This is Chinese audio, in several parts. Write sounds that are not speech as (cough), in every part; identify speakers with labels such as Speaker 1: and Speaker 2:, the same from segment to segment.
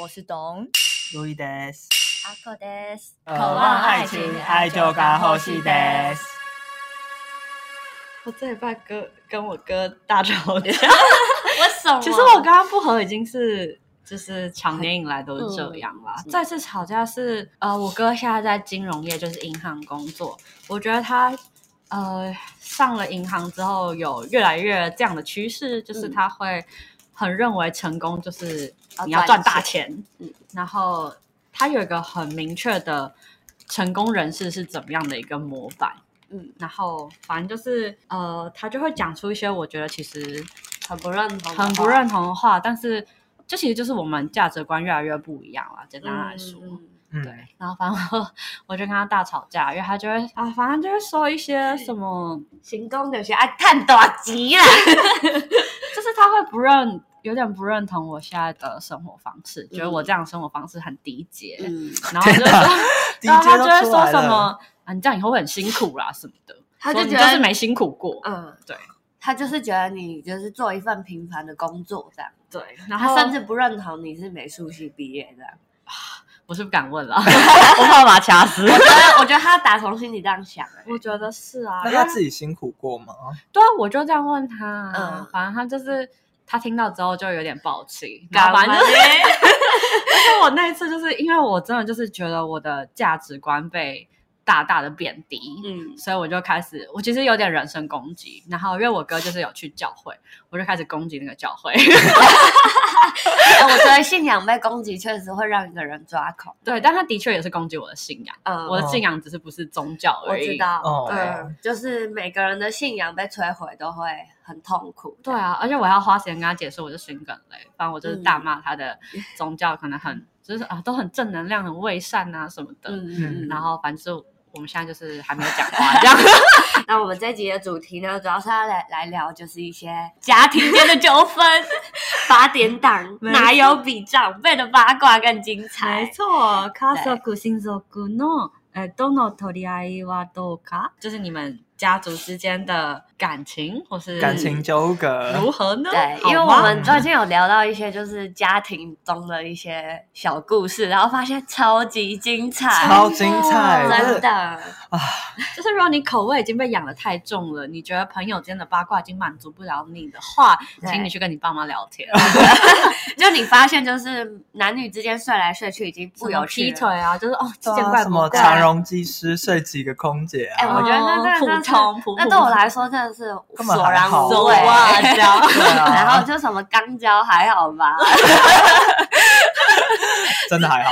Speaker 1: 我是董
Speaker 2: 路易德斯，
Speaker 1: 阿克德斯，
Speaker 2: 渴望爱情，爱就该呼吸德。
Speaker 3: 我这礼拜哥跟我哥大吵架，
Speaker 1: 为什么？
Speaker 3: 其实我跟他不和已经是就是长年以来都是这样啦。
Speaker 1: 嗯
Speaker 3: 再次吵架是呃，我哥现在在金融业，就是银行工作。我觉得他呃上了银行之后，有越来越这样的趋势，就是他会很认为成功就是
Speaker 1: 嗯要
Speaker 3: 你要
Speaker 1: 赚
Speaker 3: 赚大
Speaker 1: 钱
Speaker 3: 钱，
Speaker 1: 嗯
Speaker 3: 然后他有一个很明确的成功人士是怎么样的一个模板。
Speaker 1: 嗯，
Speaker 3: 然后反正就是呃，他就会讲出一些我觉得其实
Speaker 1: 很不认同，
Speaker 3: 很不认同的话，但是这其实就是我们价值观越来越不一样了。简单来说，
Speaker 2: 嗯，
Speaker 3: 对。然后反正我就跟他大吵架，因为他就会啊，反正就会说一些什么，
Speaker 1: 行动有些爱看啊短集啦。
Speaker 3: 就是他会不认，有点不认同我现在的生活方式，觉得我这样的生活方式很低阶，
Speaker 1: 嗯，
Speaker 3: 然后就
Speaker 2: 天哪
Speaker 3: (laughs) 说，然后他就会说什
Speaker 2: DJ 都出来了
Speaker 3: 么啊，你这样以后会很辛苦啦什么的，
Speaker 1: 他
Speaker 3: 说
Speaker 1: 就
Speaker 3: 你
Speaker 1: 觉
Speaker 3: 就是
Speaker 1: 得，
Speaker 3: 没辛苦过，
Speaker 1: 嗯，
Speaker 3: 对，
Speaker 1: 他就是觉得你就是做一份平凡的工作这样，
Speaker 3: 对，然后
Speaker 1: 他甚至不认同你是美术系毕业
Speaker 3: (laughs)
Speaker 1: 这样。
Speaker 3: 我是不敢问了，我怕把他掐死。
Speaker 1: 我觉得，我觉得他打从心里这样想、欸，
Speaker 3: 我觉得是 (laughs) 啊，
Speaker 2: 那
Speaker 3: 因为
Speaker 2: 他自己辛苦过吗？
Speaker 3: 对啊，我就这样问他啊、
Speaker 1: 嗯
Speaker 3: 反正他就是他听到之后就有点暴气，
Speaker 1: 干
Speaker 3: 然后
Speaker 1: 嘛
Speaker 3: 反
Speaker 1: 呢
Speaker 3: 正就是，但是我那一次就是因为我真的就是觉得我的价值观被大大的贬低，
Speaker 1: (laughs) 嗯，
Speaker 3: 所以我就开始，我其实有点人身攻击。然后因为我哥就是有去教会，我就开始攻击那个教会。 (laughs)
Speaker 1: 哎我觉得信仰被攻击确实会让一个人抓狂。
Speaker 3: 对，但他的确也是攻击我的信仰，
Speaker 1: 嗯，
Speaker 3: 我的信仰只是不是宗教
Speaker 1: 我
Speaker 3: 而已。
Speaker 1: 知道，
Speaker 2: 哦
Speaker 1: 嗯，就是每个人的信仰被摧毁都会很痛苦。
Speaker 3: 对啊，而且我还要花时间跟他解释我的心梗嘞，反正我就是
Speaker 1: 嗯
Speaker 3: 大骂他的宗教，可能很、就是啊都很正能量、很伪善啊什么的。
Speaker 1: 嗯，嗯
Speaker 3: 然
Speaker 1: 嗯。
Speaker 3: 后反正就是我们现在就是还没有讲话 (laughs) 这样。
Speaker 1: 那我们这集的主题呢，主要是要来来聊，就是一些家庭间的纠纷，八点档
Speaker 3: 没
Speaker 1: 哪有比长辈的八卦更精彩？
Speaker 3: 错，卡
Speaker 1: 索
Speaker 3: 古新索古诺。呃，どの取り合いはどうか？就是你们家族之间的感情，或是
Speaker 2: 感情纠
Speaker 3: 嗯如
Speaker 2: 葛，
Speaker 3: 何呢？
Speaker 1: 对，
Speaker 3: 好
Speaker 1: 因为我
Speaker 3: 吗
Speaker 1: 们最近有聊到一些就是家庭中的一些小故事，然后发现超级精彩，
Speaker 2: 超精
Speaker 3: 哦
Speaker 2: 彩，
Speaker 1: 真
Speaker 2: 就是
Speaker 1: 的。
Speaker 3: 就是如果你口味已经被养的太重了，你觉得朋友间的八卦已经满足不了你的话，
Speaker 1: 对
Speaker 3: 请你去跟你爸妈聊 (laughs) 天。
Speaker 1: 就你发现，就是男女之间睡来睡去已经不
Speaker 3: 不
Speaker 1: 有
Speaker 3: 有
Speaker 1: 趣
Speaker 3: 劈
Speaker 1: 了
Speaker 3: 腿啊，就是哦，见
Speaker 2: 对啊
Speaker 3: 怪
Speaker 2: 什
Speaker 3: 不
Speaker 2: 么
Speaker 3: 怪。
Speaker 2: 长荣技师睡几个空姐
Speaker 1: 哎、我
Speaker 2: 啊
Speaker 1: 觉？得那真的
Speaker 3: 普
Speaker 1: 是
Speaker 3: 通普
Speaker 1: 那
Speaker 3: 普
Speaker 1: 对我来说真的是
Speaker 2: 根本
Speaker 1: 索
Speaker 2: 还
Speaker 1: 然
Speaker 2: 好
Speaker 1: 无
Speaker 3: 走
Speaker 1: 味。
Speaker 3: 啊，这 (laughs) 样。
Speaker 2: 对
Speaker 1: (laughs)
Speaker 2: 啊
Speaker 1: 然后就什么肛交还好吧？
Speaker 2: 真的还好，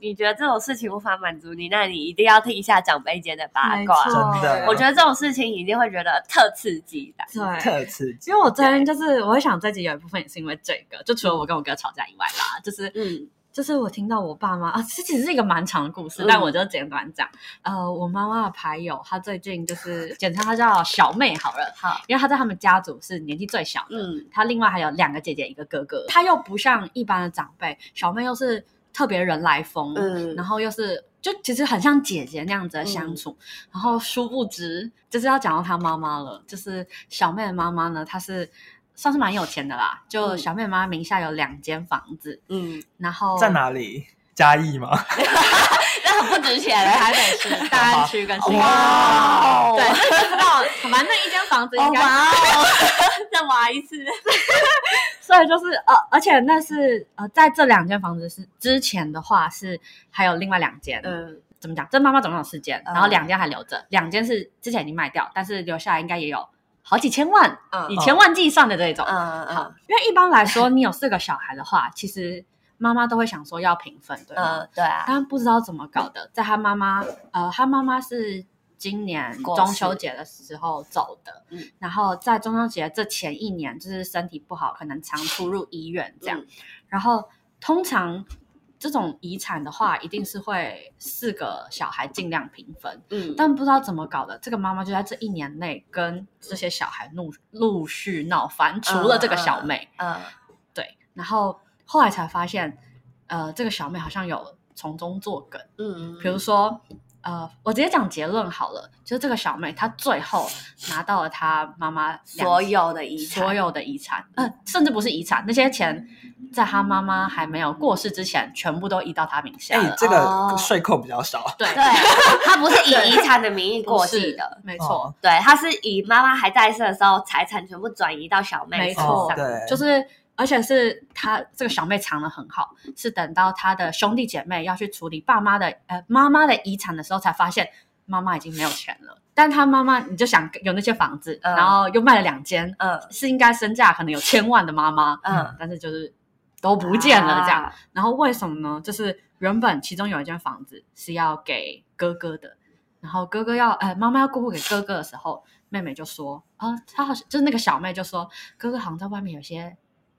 Speaker 1: 你觉得这种事情无法满足你，那你一定要听一下长辈间的八
Speaker 3: 没
Speaker 1: 卦。
Speaker 3: 错
Speaker 2: 真的，
Speaker 1: 我觉得这种事情一定会觉得特刺激的。
Speaker 3: 对。
Speaker 2: 特刺激
Speaker 3: 因为我最近就是，我会想这集有一部分也是因为这个，就除了我跟我哥吵架以外啦，就是
Speaker 1: 嗯，
Speaker 3: 就是我听到我爸妈啊，这其实是一个蛮长的故事，
Speaker 1: 嗯
Speaker 3: 但我就简短讲。呃，我妈妈的牌友，她最近
Speaker 1: (laughs)
Speaker 3: 就是简称她叫小妹好了，
Speaker 1: 好，
Speaker 3: 因为她在他们家族是年纪最小的，
Speaker 1: 嗯，
Speaker 3: 她另外还有两个姐姐一个哥哥，她又不像一般的长辈，小妹又是特别人来疯，
Speaker 1: 嗯
Speaker 3: 然后又是就其实很像姐姐那样子的相处，然后殊不知就是要讲到她妈妈了，就是小妹的妈妈呢，她是算是蛮有钱的啦，就
Speaker 1: 嗯
Speaker 3: 小妹的妈妈名下有两间房子，
Speaker 1: 嗯，
Speaker 3: 然后 (laughs)
Speaker 2: 在？哪里？嘉义吗？
Speaker 3: 哦
Speaker 1: 那很不值钱了，
Speaker 3: 台北市
Speaker 1: (laughs)
Speaker 3: 大安区跟新
Speaker 1: 哇
Speaker 3: 对，那你就知道，反正那一间房子
Speaker 1: 哦
Speaker 3: 应该
Speaker 1: 哇哦， (laughs) 再玩一次。
Speaker 3: 所以就是呃，而且那是呃，在这两间房子是之前的话是还有另外两间，
Speaker 1: 嗯
Speaker 3: 怎么讲？这妈妈总共有四间，
Speaker 1: 嗯
Speaker 3: 然后两间还留着，两间是之前已经卖掉，但是留下来应该也有好几千万，
Speaker 1: 嗯
Speaker 3: 以千万计算的这种。
Speaker 1: 嗯
Speaker 3: 好
Speaker 1: 嗯，
Speaker 3: 因为一般来说，你有四个小孩的话，其实妈妈都会想说要平分，对吗？
Speaker 1: 嗯，对啊，
Speaker 3: 但不知道怎么搞的，在他妈妈，呃，他妈妈是今年
Speaker 1: 过
Speaker 3: 中
Speaker 1: 世
Speaker 3: 秋节的时候走的，
Speaker 1: 嗯
Speaker 3: 然后在中秋节这前一年，就是身体不好，可能常出入医院这样。
Speaker 1: 嗯
Speaker 3: 然后通常这种遗产的话，一定是会四个小孩尽量平分，
Speaker 1: 嗯，
Speaker 3: 但不知道怎么搞的，这个妈妈就在这一年内跟这些小孩陆陆续闹翻，除了这个小妹。
Speaker 1: 嗯
Speaker 3: 对，然后后来才发现，呃，这个小妹好像有从中作梗，
Speaker 1: 嗯，
Speaker 3: 比如说，呃，我直接讲结论好了，就是这个小妹她最后拿到了她妈妈两
Speaker 1: 所有的遗产，
Speaker 3: 所有的遗产，呃，甚至不是遗产，那些钱在她妈妈还没有过世之前，全部都移到她名下
Speaker 2: 哎、
Speaker 3: 了。
Speaker 2: 这
Speaker 1: 哦
Speaker 2: 个税扣比较少，
Speaker 3: 对
Speaker 1: 对，他不是以遗产的名义
Speaker 3: 不
Speaker 1: 过
Speaker 3: 是
Speaker 1: 继的，
Speaker 3: 没错，
Speaker 1: 对，他是以妈妈还在世的时候，财产全部转移到小妹
Speaker 3: 没
Speaker 1: 身
Speaker 3: 错
Speaker 2: 哦
Speaker 1: 上，，
Speaker 2: 对，
Speaker 3: 就是。而且是她这个小妹藏得很好，是等到她的兄弟姐妹要去处理爸妈的呃妈妈的遗产的时候，才发现妈妈已经没有钱了。但她妈妈，你就想有那些房子，
Speaker 1: 嗯
Speaker 3: 然后又卖了两间，
Speaker 1: 嗯
Speaker 3: 是应该身价可能有千万的妈妈，呃
Speaker 1: 嗯，
Speaker 3: 但是就是都不见了这样。
Speaker 1: 啊，
Speaker 3: 然后为什么呢？就是原本其中有一间房子是要给哥哥的，然后哥哥要呃妈妈要过户给哥哥的时候，妹妹就说啊，她好像就是那个小妹就说哥哥好像在外面有些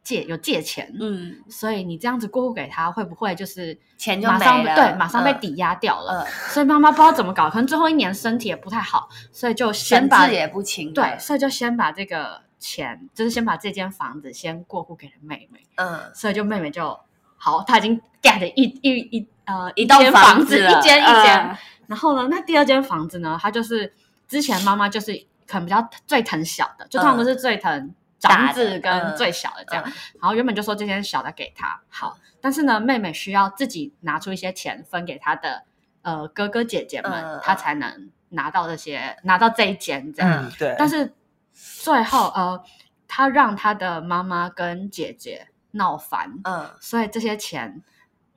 Speaker 3: 借有借钱，
Speaker 1: 嗯，
Speaker 3: 所以你这样子过户给他会不会就是
Speaker 1: 钱就
Speaker 3: 马
Speaker 1: 没
Speaker 3: 上被
Speaker 1: 了，
Speaker 3: 对马上被
Speaker 1: 嗯，
Speaker 3: 抵押掉了？
Speaker 1: 嗯
Speaker 3: 所以妈妈不知道怎么搞，可能最后一年身体也不太好，所以就先
Speaker 1: 神
Speaker 3: 把
Speaker 1: 志也不清，
Speaker 3: 对，，所以就先把这个钱，就是先把这间房子先过户给了妹妹，
Speaker 1: 嗯，
Speaker 3: 所以就妹妹就好，她已经 get 一一一呃
Speaker 1: 一栋
Speaker 3: 间
Speaker 1: 房
Speaker 3: 房
Speaker 1: 子了
Speaker 3: 一间一间。
Speaker 1: 嗯
Speaker 3: 然后呢，那第二间房子呢，她就是之前妈妈就是可能比较最疼小的，就通常都是最疼
Speaker 1: 嗯大
Speaker 3: 长
Speaker 1: 的
Speaker 3: 子跟
Speaker 1: 嗯
Speaker 3: 最小的这样。
Speaker 1: 嗯
Speaker 3: 然后原本就说这间小的给她好，但是呢，妹妹需要自己拿出一些钱分给她的呃哥哥姐姐们，
Speaker 1: 嗯
Speaker 3: 她
Speaker 1: 嗯
Speaker 3: 才能拿到这些拿到这一间这样。
Speaker 2: 嗯，对，
Speaker 3: 但是最后呃，他让他的妈妈跟姐姐闹翻，
Speaker 1: 嗯
Speaker 3: 所以这些钱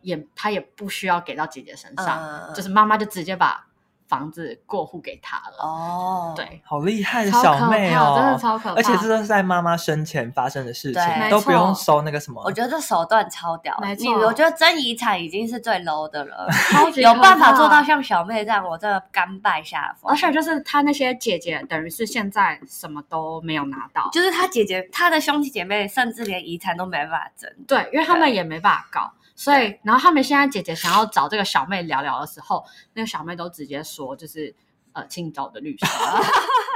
Speaker 3: 也他也不需要给到姐姐身上，
Speaker 1: 嗯，
Speaker 3: 就是妈妈就直接把房子过户给他了。
Speaker 1: 哦，
Speaker 3: 对，
Speaker 2: 好厉害的
Speaker 3: 超可
Speaker 2: 小
Speaker 3: 怕，
Speaker 2: 妹
Speaker 3: 真的
Speaker 2: 哦。
Speaker 3: 超可怕，
Speaker 2: 而且这都是在妈妈生前发生的事
Speaker 1: 对
Speaker 2: 情，都不
Speaker 3: 没
Speaker 2: 用
Speaker 3: 错
Speaker 2: 收那个什么
Speaker 1: 我觉得这手段超屌，
Speaker 3: 没
Speaker 1: 你
Speaker 3: 错
Speaker 1: 我觉得争遗产已经是最 low 的了，
Speaker 3: 超级
Speaker 1: 有
Speaker 3: 可
Speaker 1: 办法
Speaker 3: 怕
Speaker 1: 做到。像小妹这样，我真的甘拜下风。
Speaker 3: 而且就是他那些姐姐，等于是现在什么都没有拿到，
Speaker 1: 就是她姐姐，她的兄弟姐妹，甚至连遗产都没办法争。
Speaker 3: 对，因为他们也没办法搞，所以然后他们现在姐姐想要找这个小妹聊聊的时候，那个小妹都直接说就是呃，请找我的律师，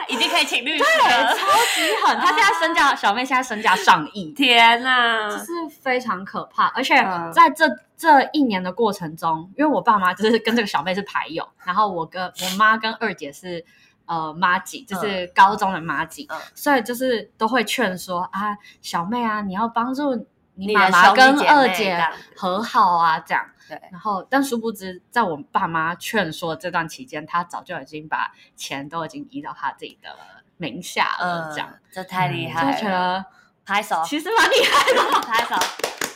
Speaker 1: 已经可以请律师
Speaker 3: 对， (laughs)
Speaker 1: 了。
Speaker 3: 哎超级狠。她现在身价，小妹现在身价上亿，
Speaker 1: 天
Speaker 3: 就
Speaker 1: 呐、
Speaker 3: 是非常可怕。而且
Speaker 1: 嗯
Speaker 3: 在这这一年的过程中，因为我爸妈就是跟这个小妹是牌友，然后我跟我妈跟二姐是。呃，妈姐就是高中的妈姐，
Speaker 1: 嗯
Speaker 3: 所以就是都会劝说啊，小妹啊，你要帮助你
Speaker 1: 你
Speaker 3: 妈
Speaker 1: 的
Speaker 3: 妈
Speaker 1: 兄弟
Speaker 3: 跟
Speaker 1: 姐妹
Speaker 3: 二
Speaker 1: 这
Speaker 3: 姐
Speaker 1: 样
Speaker 3: 和好啊，这样。
Speaker 1: 对
Speaker 3: 然后，但殊不知，在我爸妈劝说这段期间，她早就已经把钱都已经移到她自己的名下了，这样。
Speaker 1: 嗯，这太厉
Speaker 3: 呃就
Speaker 1: 害
Speaker 3: 觉
Speaker 1: 了，
Speaker 3: 得
Speaker 1: 拍手，
Speaker 3: 其实蛮厉害的，
Speaker 1: 拍手，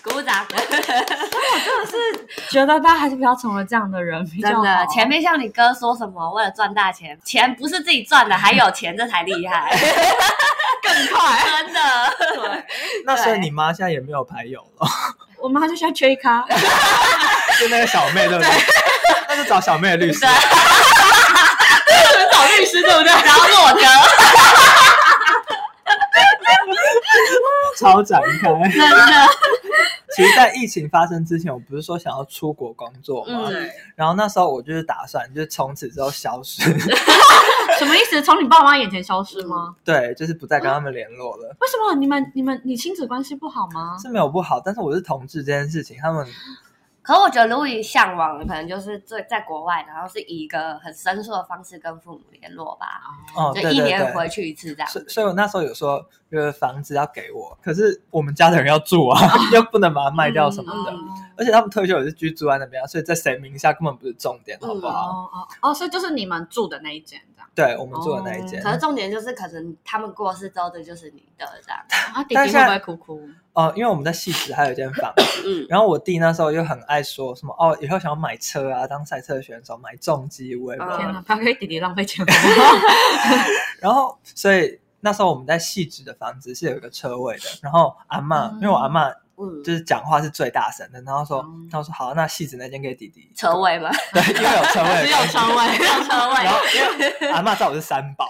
Speaker 1: 鼓 (laughs) 掌。
Speaker 3: (laughs) 觉得大家还是不要成为这样的人比较
Speaker 1: 真的
Speaker 3: 好。，
Speaker 1: 前面像你哥说什么，为了赚大钱，钱不是自己赚的，还有钱，这才厉 (laughs) 害，
Speaker 3: 更快，
Speaker 1: 真的。对，
Speaker 2: 那所以
Speaker 1: 对
Speaker 2: 你妈现在也没有牌友了，
Speaker 3: 我妈就需要缺一咖，
Speaker 2: 就那个小妹，对不对？那就找小妹的律师。
Speaker 3: 找律师对不对？
Speaker 1: 然后是我哥，
Speaker 2: (laughs) 超展开。
Speaker 1: 真的，
Speaker 2: 其实，在疫情发生之前，我不是说想要出国工作吗？
Speaker 1: 嗯，
Speaker 2: 然后那时候我就是打算，就是从此之后消失，
Speaker 3: (laughs)
Speaker 2: (laughs)
Speaker 3: 什么意思？从你爸妈眼前消失吗？
Speaker 2: 对，就是不再跟他们联络了。
Speaker 3: 为什么？你们、你们、你亲子关系不好吗？
Speaker 2: 是没有不好，但是我是同志这件事情，他们
Speaker 1: 可我觉得 Louis 向往的可能就是在在国外，然后是以一个很生疏的方式跟父母联络吧，
Speaker 2: 哦，
Speaker 1: 就
Speaker 2: 对
Speaker 1: 一
Speaker 2: 对
Speaker 1: 年
Speaker 2: 对。
Speaker 1: 回去一次这样。
Speaker 2: 所以所以，我那时候有说，就是房子要给我，可是我们家的人要住啊， (laughs) 又不能把它卖掉什
Speaker 3: 哦
Speaker 2: 么的。
Speaker 1: 哦嗯
Speaker 2: 而且他们退休也是居住在那边啊，所以在谁名下根本不是重点，好不
Speaker 3: 哦
Speaker 1: 嗯
Speaker 2: 好？
Speaker 3: 哦哦，所以就是你们住的那一间这样。
Speaker 2: 对我们住的那一间，
Speaker 1: 哦可是重点就是，可能他们过世之后，这就是你的这样。
Speaker 3: 啊，弟弟
Speaker 2: 但
Speaker 3: 会
Speaker 2: 是
Speaker 3: 不会哭哭？
Speaker 2: 哦，因为我们在戏子还有一间房，
Speaker 1: 嗯
Speaker 2: 然后我弟那时候又很爱说什么哦，以后想要买车啊，当赛车选手，买重机微博。
Speaker 1: 嗯
Speaker 3: 天哪，不要给弟弟浪费钱。
Speaker 2: 然后所以那时候我们在戏子的房子是有一个车位的，然后阿嬷，
Speaker 3: 嗯
Speaker 2: 因为我阿嬷
Speaker 1: 嗯，
Speaker 2: 就是讲话是最大声的，然后说
Speaker 3: 嗯，
Speaker 2: 她说好，那戏子那间给弟弟，
Speaker 1: 哦车位吗？
Speaker 2: (laughs) 对，因为有
Speaker 1: (laughs)
Speaker 2: 车位的关系，
Speaker 3: 只有
Speaker 1: 车
Speaker 3: 车位，
Speaker 1: (laughs)
Speaker 2: 然后
Speaker 1: 位。
Speaker 2: 因为阿嬷 (laughs) 知道我是三宝，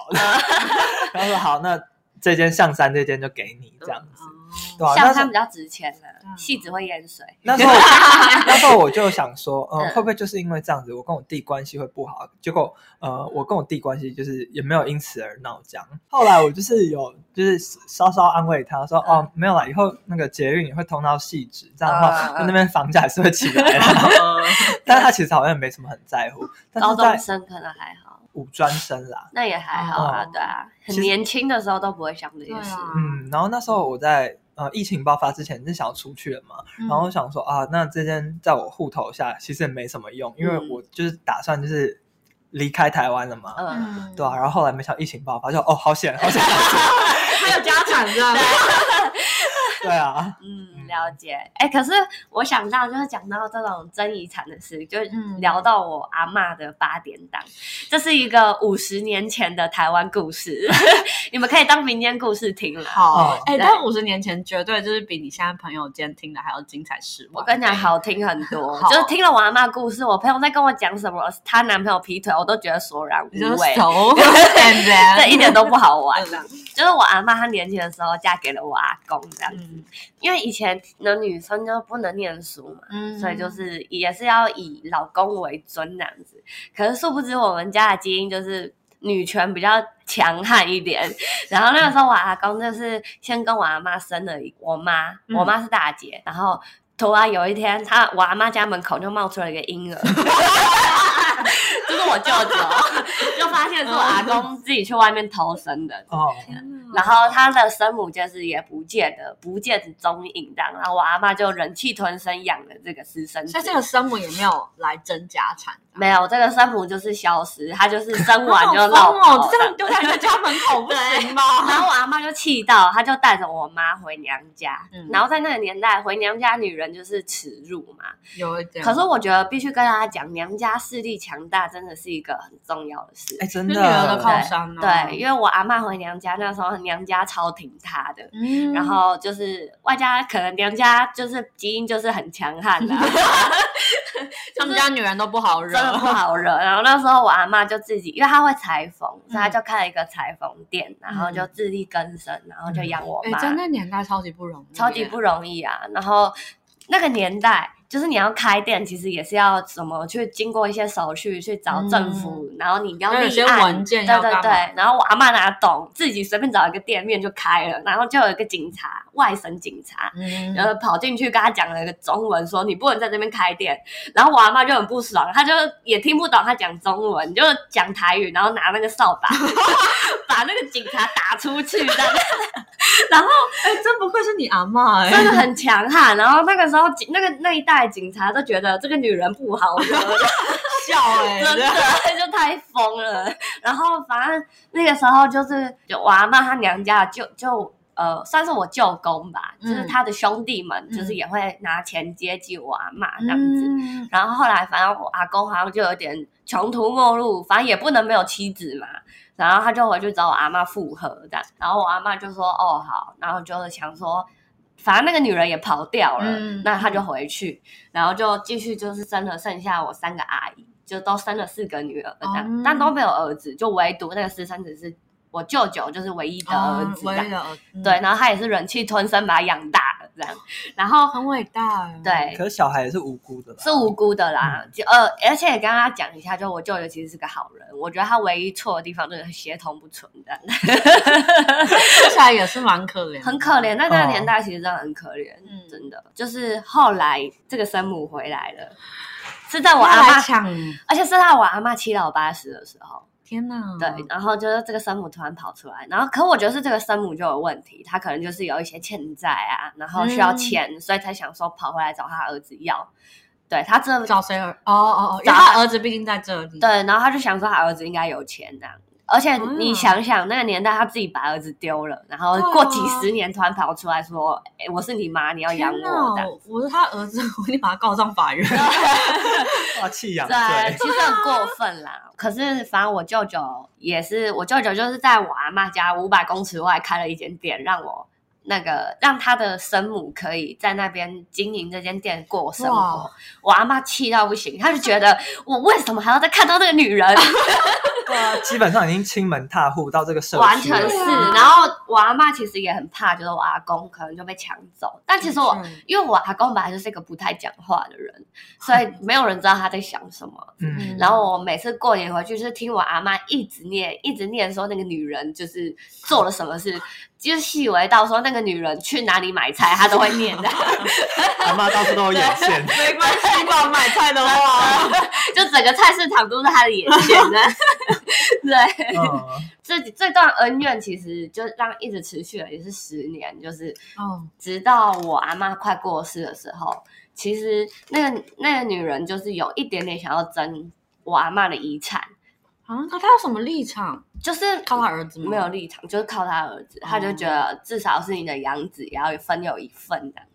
Speaker 2: 然后说好，那这间上山这间就给你这样子。
Speaker 1: 嗯
Speaker 3: 哦
Speaker 2: 对啊，
Speaker 1: 像
Speaker 2: 那时
Speaker 1: 他
Speaker 2: 候
Speaker 1: 比较值钱呢
Speaker 3: 对啊，
Speaker 1: 戏子会淹水。
Speaker 2: 那时候
Speaker 1: (laughs)
Speaker 2: 那时候 (laughs) 我就想说，嗯、
Speaker 1: 嗯
Speaker 2: 会不会就是因为这样子，我跟我弟关系会不好？结果呃，我跟我弟关系就是也没有因此而闹僵。后来我就是有就是稍稍安慰他说，
Speaker 1: 嗯
Speaker 2: 哦，没有啦，以后那个捷运也会通到细致，这样的话，
Speaker 1: 嗯嗯
Speaker 2: 那那边房价还是会起来的。 (laughs) 但是他其实好像也没什么很在乎，但
Speaker 1: 嗯高
Speaker 2: 是
Speaker 1: 中
Speaker 2: 在
Speaker 1: 生可能还好，
Speaker 2: 五专生啦，
Speaker 1: 那也还好啊，
Speaker 2: 哦
Speaker 1: 对啊，
Speaker 2: 其
Speaker 1: 很
Speaker 2: 实
Speaker 1: 年轻的时候都不会想这些
Speaker 3: 对
Speaker 1: 事。
Speaker 3: 啊
Speaker 2: 嗯，然后那时候我在呃疫情爆发之前是想要出去了嘛，
Speaker 1: 嗯
Speaker 2: 然
Speaker 3: 哦
Speaker 2: 后我想说啊，那这间在我户头下其实也没什么用，因为
Speaker 1: 嗯
Speaker 2: 我就是打算就是离开台湾了嘛，
Speaker 1: 嗯，
Speaker 3: 嗯
Speaker 2: 对啊，然后后来没想到疫情爆发，就哦好险好险， (laughs)
Speaker 3: 还有家产这样，
Speaker 2: 对啊，
Speaker 1: (laughs) 嗯，了解。哎、可是我想到就是讲到这种争遗产的事，就
Speaker 3: 嗯
Speaker 1: 聊到我阿嬷的八点档，这是一个五十年前的台湾故事， (laughs) 你们可以当民间故事听了。
Speaker 3: 好
Speaker 2: 哦，
Speaker 3: 哎、
Speaker 1: 对
Speaker 3: 但五十年前绝对就是比你现在朋友间听的还要精彩十万。
Speaker 1: 我跟你讲， (laughs) 好听很多，
Speaker 3: 好
Speaker 1: 就是听了我阿嬷故事，我朋友在跟我讲什么，她男朋友劈腿，我都觉得索然无
Speaker 3: 你就
Speaker 1: 味， (laughs)
Speaker 3: 熟，and then-
Speaker 1: 这一点都不好玩。
Speaker 3: 嗯
Speaker 1: 就是我阿嬷，她年轻的时候嫁给了我阿公，这样，
Speaker 3: 嗯
Speaker 1: 因为以前的女生就不能念书嘛，
Speaker 3: 嗯
Speaker 1: 所以就是也是要以老公为尊那样子。可是殊不知我们家的基因就是女权比较强悍一点。然后那个时候我阿公就是先跟我阿妈生了一我妈，
Speaker 3: 嗯
Speaker 1: 我妈是大姐，然后。突然有一天，她我阿妈家门口就冒出了一个婴儿， (laughs) 就是我舅舅，就发现是我
Speaker 3: 嗯
Speaker 1: 阿公自己去外面偷生的，
Speaker 2: 哦，
Speaker 1: 然后
Speaker 3: 嗯
Speaker 1: 他的生母就是也不见了，不见踪影这样。然后我阿妈就忍气吞声养了这个私生子
Speaker 3: 所以。这个生母也没有来争家产，
Speaker 1: 没有，这个生母就是消失，她就是生完就
Speaker 3: 好
Speaker 1: 落
Speaker 3: 疯哦
Speaker 1: 跑，
Speaker 3: 这样
Speaker 1: 的。
Speaker 3: 丢在人家家门口不行
Speaker 1: 然
Speaker 3: 吗？
Speaker 1: 后我阿妈就气到，她就带着我妈回娘家。
Speaker 3: 嗯
Speaker 1: 然后在那个年代，回娘家女人就是耻辱嘛。
Speaker 3: 有一点，
Speaker 1: 可是我觉得必须跟大家讲，娘家势力强大真的是一个很重要的事。
Speaker 2: 哎真
Speaker 3: 是女儿
Speaker 2: 的，
Speaker 3: 的靠山啊吗？
Speaker 1: 对，，因为我阿妈回娘家那时候，娘家超挺她的。
Speaker 3: 嗯
Speaker 1: 然后就是外加可能娘家就是基因就是很强悍
Speaker 3: (laughs)
Speaker 1: 的、
Speaker 3: 他们家女人都不好
Speaker 1: 真
Speaker 3: 惹，
Speaker 1: 的不好惹。然后那时候我阿妈就自己，因为她会裁缝，所以
Speaker 3: 嗯
Speaker 1: 她就开了一个裁缝店，然后就自力更生，然后就养我
Speaker 3: 哎，
Speaker 1: 妈，
Speaker 3: 在那年代超级不容易，
Speaker 1: 超级不容易啊。然后那个年代。就是你要开店，其实也是要怎么去经过一些手续，去找政府，然后你要
Speaker 3: 嗯那有
Speaker 1: 立
Speaker 3: 些
Speaker 1: 案，
Speaker 3: 文件要
Speaker 1: 对对
Speaker 3: 干嘛
Speaker 1: 对。然后我阿妈哪懂，自己随便找一个店面就开了，然后就有一个警察，外省警察，
Speaker 3: 嗯，
Speaker 1: 然后呃跑进去跟他讲了一个中文，说你不能在这边开店。然后我阿妈就很不爽，她就也听不懂他讲中文，就讲台语，然后拿那个扫把 (laughs) 把那个警察打出去的，然后
Speaker 3: 哎，真不愧是你阿妈哎，
Speaker 1: 真的很强悍。然后那个时候警那个那一代警察都觉得这个女人不好惹，
Speaker 3: 笑哎，
Speaker 1: 真的 (laughs) 就太疯了。然后反正那个时候就是就我阿妈她娘家就就呃算是我舅公吧，
Speaker 3: 嗯
Speaker 1: 就是他的兄弟们，
Speaker 3: 嗯
Speaker 1: 就是也会拿钱接济我阿妈
Speaker 3: 这
Speaker 1: 这样子。
Speaker 3: 子，
Speaker 1: 然后后来反正我阿公好像就有点穷途末路，反正也不能没有妻子嘛。然后他就回去找我阿妈复合这样，然后我阿妈就说哦好，然后就是想说。反正那个女人也跑掉了，
Speaker 3: 嗯
Speaker 1: 那他就回去，然后就继续就是生了剩下我三个阿姨，就都生了四个女儿这样，
Speaker 3: 哦
Speaker 1: 但都没有儿子，就唯独那个私生子是我舅舅，就是唯一的儿子这
Speaker 3: 哦唯
Speaker 1: 样。
Speaker 3: 一的儿子，
Speaker 1: 对，，然后他也是忍气吞声把他养大了这样，然后
Speaker 3: 很伟大哎，
Speaker 1: 对，
Speaker 2: 可是小孩也是无辜的啦，
Speaker 1: 是无辜的啦，
Speaker 3: 嗯
Speaker 1: 就呃，而且也跟大家讲一下，就我舅舅其实是个好人，我觉得他唯一错的地方就是协同不纯的，
Speaker 3: 嗯听起来也是蛮可怜的，
Speaker 1: 很可怜。在那个年代，其实真的很可怜，
Speaker 3: 哦嗯
Speaker 1: 真的。就是后来这个生母回来了，是在我
Speaker 3: 我
Speaker 1: 阿
Speaker 3: 阿妈
Speaker 1: 妈，
Speaker 3: 抢，
Speaker 1: 而且是在我阿妈七老八十的时候，
Speaker 3: 天哪！
Speaker 1: 对。然后就是这个生母突然跑出来，然后可我觉得是这个生母就有问题，她可能就是有一些欠债啊，然后需要
Speaker 3: 嗯
Speaker 1: 钱，所以才想说跑回来找他儿子要。对他真的
Speaker 3: 找谁儿？哦哦哦，因
Speaker 1: 找
Speaker 3: 为
Speaker 1: 他
Speaker 3: 他儿子毕竟在这里。
Speaker 1: 对，然后他就想说他儿子应该有钱这样。而且你
Speaker 3: 嗯
Speaker 1: 想想，那个年代他自己把儿子丢了，然后
Speaker 3: 对
Speaker 1: 过
Speaker 3: 啊
Speaker 1: 几十年突然跑出来说：“哎、我是你妈，你要
Speaker 3: 天
Speaker 1: 养我。”这
Speaker 3: 哪哦
Speaker 1: 样，
Speaker 3: 我是他儿子，我一定把他告上法院。
Speaker 2: 啊，弃养
Speaker 1: 对，
Speaker 2: 罪，
Speaker 1: 其实很过分啦。可是反正我舅舅也是，我舅舅就是在我阿妈家五百公尺外开了一间店，让我那个让他的生母可以在那边经营这间店过生活
Speaker 3: 哇。
Speaker 1: 我阿妈气到不行，她就觉得我为什么还要再看到那个女人？
Speaker 2: 对啊，基本上已经亲门踏户到这个社区了，
Speaker 1: 完全是。然后我阿妈其实也很怕，觉得我阿公可能就被抢走。但其实我
Speaker 3: 嗯
Speaker 1: 因为我阿公本来就是一个不太讲话的人，所
Speaker 2: (laughs)
Speaker 1: 以没有人知道他在想什么。
Speaker 2: 嗯，
Speaker 1: 然后我每次过年回去，就是听我阿妈一直念，一直念说那个女人就是做了什么事，就是细微到说那个女人去哪里买菜，她都会
Speaker 2: (laughs)
Speaker 1: 念的，
Speaker 2: 阿妈到处都有眼线，
Speaker 3: 没关系吧，买菜的话，
Speaker 1: 就整个菜市场都是她的眼线
Speaker 2: (laughs)
Speaker 1: 呢。 (laughs) (laughs) 对，
Speaker 2: 嗯，
Speaker 1: 这这段恩怨其实就让一直持续了，也是十年，就是
Speaker 3: 哦，
Speaker 1: 直到我阿妈快过世的时候，其实那个那个女人就是有一点点想要争我阿妈的遗产，
Speaker 3: 啊，那他有什么立场？
Speaker 1: 就是
Speaker 3: 靠他儿子吗？
Speaker 1: 没有，立场，就是靠他儿子，他就觉得至少是你的养子，也要分有一份这样。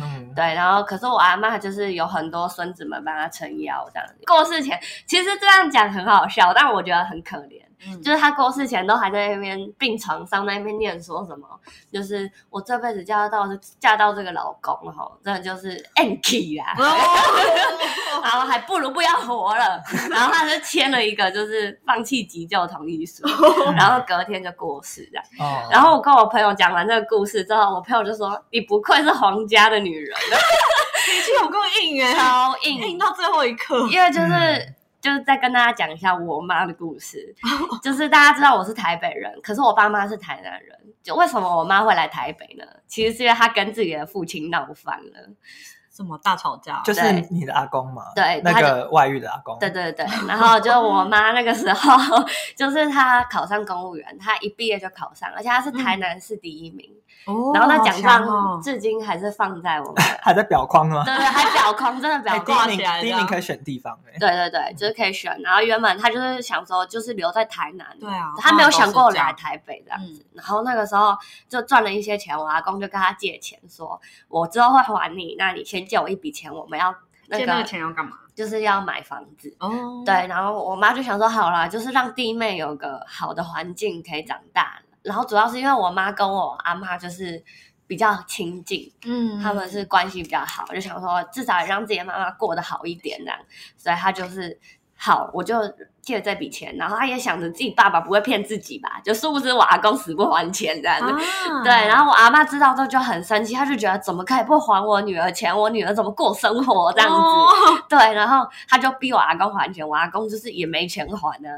Speaker 2: 嗯，
Speaker 1: 对，然后可是我阿妈就是有很多孙子们帮她撑腰这样子。过世前其实这样讲很好笑，但我觉得很可怜。
Speaker 3: 嗯
Speaker 1: 就是他过世前都还在那边病床上那边念说什么，就是我这辈子嫁到嫁到这个老公哈，真的就是 anky 啦，
Speaker 3: 哦
Speaker 1: 然后还不如不要活了。然后他就签了一个就是放弃急救同意书，然后隔天就过世这样。
Speaker 2: 哦
Speaker 1: 然后我跟我朋友讲完这个故事之后，我朋友就说：“你不愧是皇家的女人，
Speaker 3: 脾气有够硬耶，
Speaker 1: 超硬。”
Speaker 3: 硬到最后一刻。
Speaker 1: 因为就是、
Speaker 2: 嗯
Speaker 1: 就是再跟大家讲一下我妈的故事，就是大家知道我是台北人，可是我爸妈是台南人。就为什么我妈会来台北呢？其实是因为她跟自己的父亲闹翻了。
Speaker 3: 什么大吵架？
Speaker 2: 就是
Speaker 1: 对
Speaker 2: 你的阿公嘛，
Speaker 1: 对
Speaker 2: 那
Speaker 1: 他就
Speaker 2: 个外遇的阿公，
Speaker 1: 对对对，然后就我妈那个时候， (laughs) 就是她考上公务员，她一毕业就考上，而且她是台南市第一名，
Speaker 3: 哦
Speaker 1: 然后那
Speaker 3: 好
Speaker 1: 奖状
Speaker 3: 强哦
Speaker 1: 至今还是放在我们的
Speaker 2: 还在表框啊，
Speaker 1: 对对，还表框，真的表
Speaker 2: 哎第一
Speaker 1: 框。
Speaker 3: 挂起来
Speaker 2: 名
Speaker 3: 啊这
Speaker 2: 第一
Speaker 3: 样
Speaker 2: 名可以选地方哎，
Speaker 1: 对对对，就是可以选。然后原本他就是想说，就是留在台南，
Speaker 3: 对啊嗯
Speaker 1: 他没有想过
Speaker 3: 通常
Speaker 1: 来
Speaker 3: 都是
Speaker 1: 台北这样子。然后那个时候就赚了一些钱，我阿公就跟他借钱说，我之后会还你，那你先借我一笔钱，我们要那
Speaker 3: 借那个
Speaker 1: 个
Speaker 3: 钱要干嘛？
Speaker 1: 就是要买房子。
Speaker 3: 哦，
Speaker 1: 对，，然后我妈就想说，好啦，就是让弟妹有个好的环境可以长大。然后主要是因为我妈跟我阿妈就是比较亲近，
Speaker 3: 嗯
Speaker 1: 他们是关系比较好，就想说至少也让自己的妈妈过得好一点这样，所以他就是好，我就借这笔钱，然后他也想着自己爸爸不会骗自己吧，就殊不知我阿公死不还钱这样子。
Speaker 3: 啊
Speaker 1: 对，然后我阿妈知道之后就很生气，她就觉得怎么可以不还我女儿钱？我女儿怎么过生活这样子？
Speaker 3: 哦
Speaker 1: 对，然后她就逼我阿公还钱，我阿公就是也没钱还呢。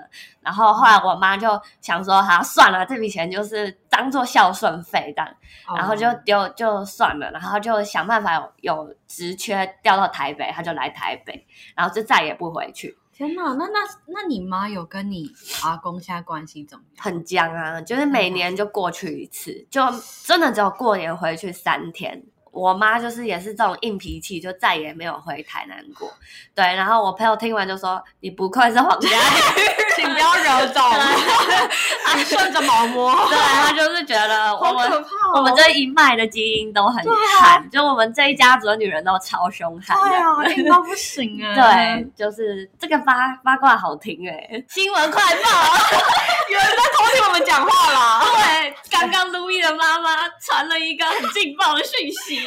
Speaker 1: 然后后来我妈就想说，好算了，这笔钱就是当做孝顺费这样。
Speaker 3: 哦
Speaker 1: 然后就丢就算了，然后就想办法有有职缺调到台北，他就来台北，然后就再也不回去，
Speaker 3: 天哪，那那那你妈有跟你阿公现在关系怎么样？
Speaker 1: 很僵啊，就是每年就过去一次，就真的只有过年回去三天。我妈就是也是这种硬脾气，就再也没有回台南过。对，然后我朋友听完就说：“你不愧是皇家女人。
Speaker 3: 请不要惹总，
Speaker 1: (laughs)
Speaker 3: 你顺着毛摸，”
Speaker 1: 对，她就是觉得我
Speaker 3: (laughs) 好
Speaker 1: 们
Speaker 3: 可怕哦！
Speaker 1: 我们这一脉的基因都很
Speaker 3: 对啊
Speaker 1: 悍，就我们这一家族的女人都超凶悍的。
Speaker 3: 对啊，硬到不
Speaker 1: (laughs)
Speaker 3: 行哎。
Speaker 1: 对，就是这个八八卦好听哎、新闻快报。
Speaker 3: 有人在偷听我们讲话啦。
Speaker 1: 对，刚刚 Louis 的妈妈传了一个很劲爆的讯息。没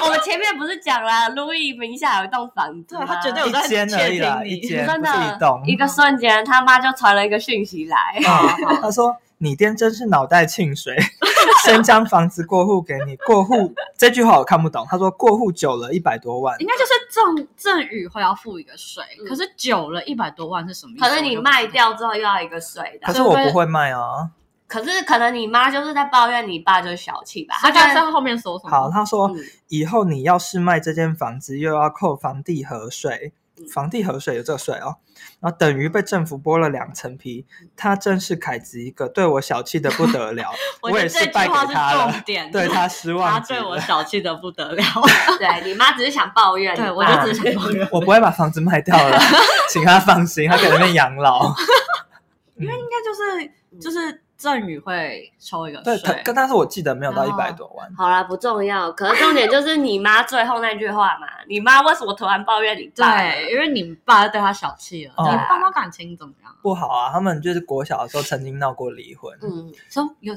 Speaker 1: 错，我们前面不是讲了 Louis 名下有一栋房子吗
Speaker 3: 对他绝对有
Speaker 2: 一间而已啦，
Speaker 3: 我在窃听你
Speaker 2: 一间
Speaker 1: 真
Speaker 2: 不是
Speaker 1: 的
Speaker 2: 一栋，
Speaker 1: 一个瞬间，他妈就传了一个讯息来。
Speaker 3: 哦
Speaker 2: 啊，他说：“你爹真是脑袋沁水， (laughs) 先将房子过户给你。过户这句话我看不懂。他说过户久了一百多
Speaker 3: (laughs)
Speaker 2: 万，
Speaker 3: 应该就是赠赠与会要付一个税，
Speaker 1: 嗯
Speaker 3: 可是久了一百多万是什么意思？
Speaker 1: 可能你
Speaker 3: 我就不知道
Speaker 1: 卖，掉之后又要一个税
Speaker 2: 可
Speaker 1: 的，
Speaker 2: 是我不会卖啊。
Speaker 1: 可是可能你妈就是在抱怨你爸就是小气吧，
Speaker 3: 他
Speaker 1: 他
Speaker 3: 刚
Speaker 1: 就是
Speaker 3: 在后面说什么？
Speaker 2: 好，他说
Speaker 1: 嗯
Speaker 2: 以后你要是卖这间房子，又要扣房地合税，房地合税有这个税哦，然后等于被政府剥了两层皮。他真是凯子一个，对我小气的不得了，
Speaker 3: 我
Speaker 2: 也
Speaker 3: 觉得
Speaker 2: 是
Speaker 3: 这
Speaker 2: 败
Speaker 3: 句话
Speaker 2: 给他
Speaker 3: 是
Speaker 2: 了
Speaker 3: 重， (laughs) 点，
Speaker 2: 对他失
Speaker 3: 他
Speaker 2: 望极
Speaker 3: 对我
Speaker 2: 了。
Speaker 3: 小气的
Speaker 1: (laughs)
Speaker 3: 不得了。
Speaker 1: 对你妈只是想抱怨你爸，
Speaker 3: 对，我就只是想抱怨，
Speaker 2: 我不会把房子卖掉
Speaker 3: (laughs)
Speaker 2: 了，请他放心，他在那边养老。”
Speaker 3: 应该就是就是赠与会抽一个
Speaker 2: 对，他
Speaker 3: 税，
Speaker 2: 但是我记得没有到一
Speaker 3: 然后
Speaker 2: 百多万。
Speaker 1: 好啦，不重要。可是重点就是你妈最后那句话嘛，你妈为什么突然抱怨你爸？
Speaker 3: 对，因为你爸对他小气了，
Speaker 2: 哦
Speaker 3: 你爸妈感情怎么样？
Speaker 2: 不好啊，他们就是国小的时候曾经闹过离婚，
Speaker 1: 嗯，
Speaker 3: 说有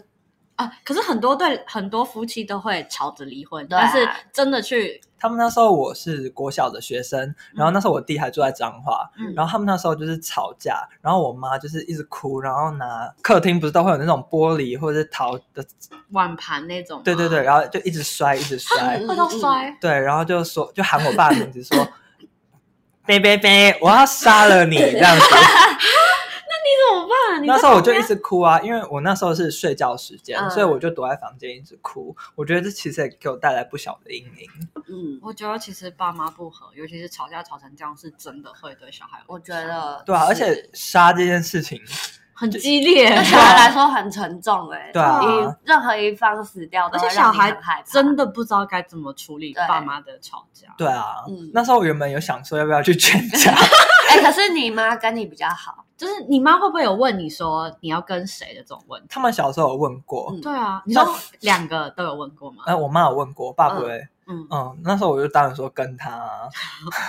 Speaker 3: 啊，可是很多对很多夫妻都会吵着离婚，
Speaker 1: 对啊
Speaker 3: 但是真的去
Speaker 2: 他们那时候我是国小的学生，然后那时候我弟还住在彰化，
Speaker 3: 嗯
Speaker 2: 然后他们那时候就是吵架，然后我妈就是一直哭，然后拿客厅不是都会有那种玻璃或者是陶的，
Speaker 3: 碗盘那种吗，
Speaker 2: 对对对，然后就一直摔，一直摔，
Speaker 1: 嗯
Speaker 3: 会到摔，
Speaker 2: 对，然后就说就喊我爸的名字
Speaker 3: (laughs)
Speaker 2: 说，贝贝贝，我要杀了你这样子。
Speaker 3: 你怎么办？你
Speaker 2: 那
Speaker 3: 在
Speaker 2: 时候我
Speaker 3: 旁
Speaker 2: 就
Speaker 3: 边
Speaker 2: 一直哭啊，因为我那时候是睡觉时间，
Speaker 1: 嗯
Speaker 2: 所以我就躲在房间一直哭。我觉得这其实也给我带来不小的阴影。
Speaker 1: 嗯，
Speaker 3: 我觉得其实爸妈不和，尤其是吵架吵成这样，是真的会对小孩有影响。
Speaker 1: 我觉得
Speaker 2: 对啊，而
Speaker 1: 是
Speaker 2: 且杀这件事情，
Speaker 3: 很激烈，
Speaker 1: 对小孩来说很沉重哎、
Speaker 2: 对啊
Speaker 1: 你任何一方死掉都
Speaker 3: 而
Speaker 1: 会
Speaker 3: 且
Speaker 1: 让
Speaker 3: 小
Speaker 1: 你很害怕，
Speaker 3: 孩 (laughs) 真的不知道该怎么处理
Speaker 1: 对
Speaker 3: 爸妈的吵架。
Speaker 2: 对啊，
Speaker 1: 嗯
Speaker 2: 那时候我原本有想说要不要去劝
Speaker 3: (laughs)
Speaker 2: 架，
Speaker 1: 哎、可是你妈跟你比较好，
Speaker 3: 就是你妈会不会有问你说你要跟谁的这种问题？
Speaker 2: 他们小时候有问过，
Speaker 1: 嗯
Speaker 3: 对啊，呃你说两个都有问过吗？
Speaker 2: 哎、我妈有问过，我爸不会，
Speaker 3: 嗯
Speaker 2: 嗯那时候我就当然说跟他啊、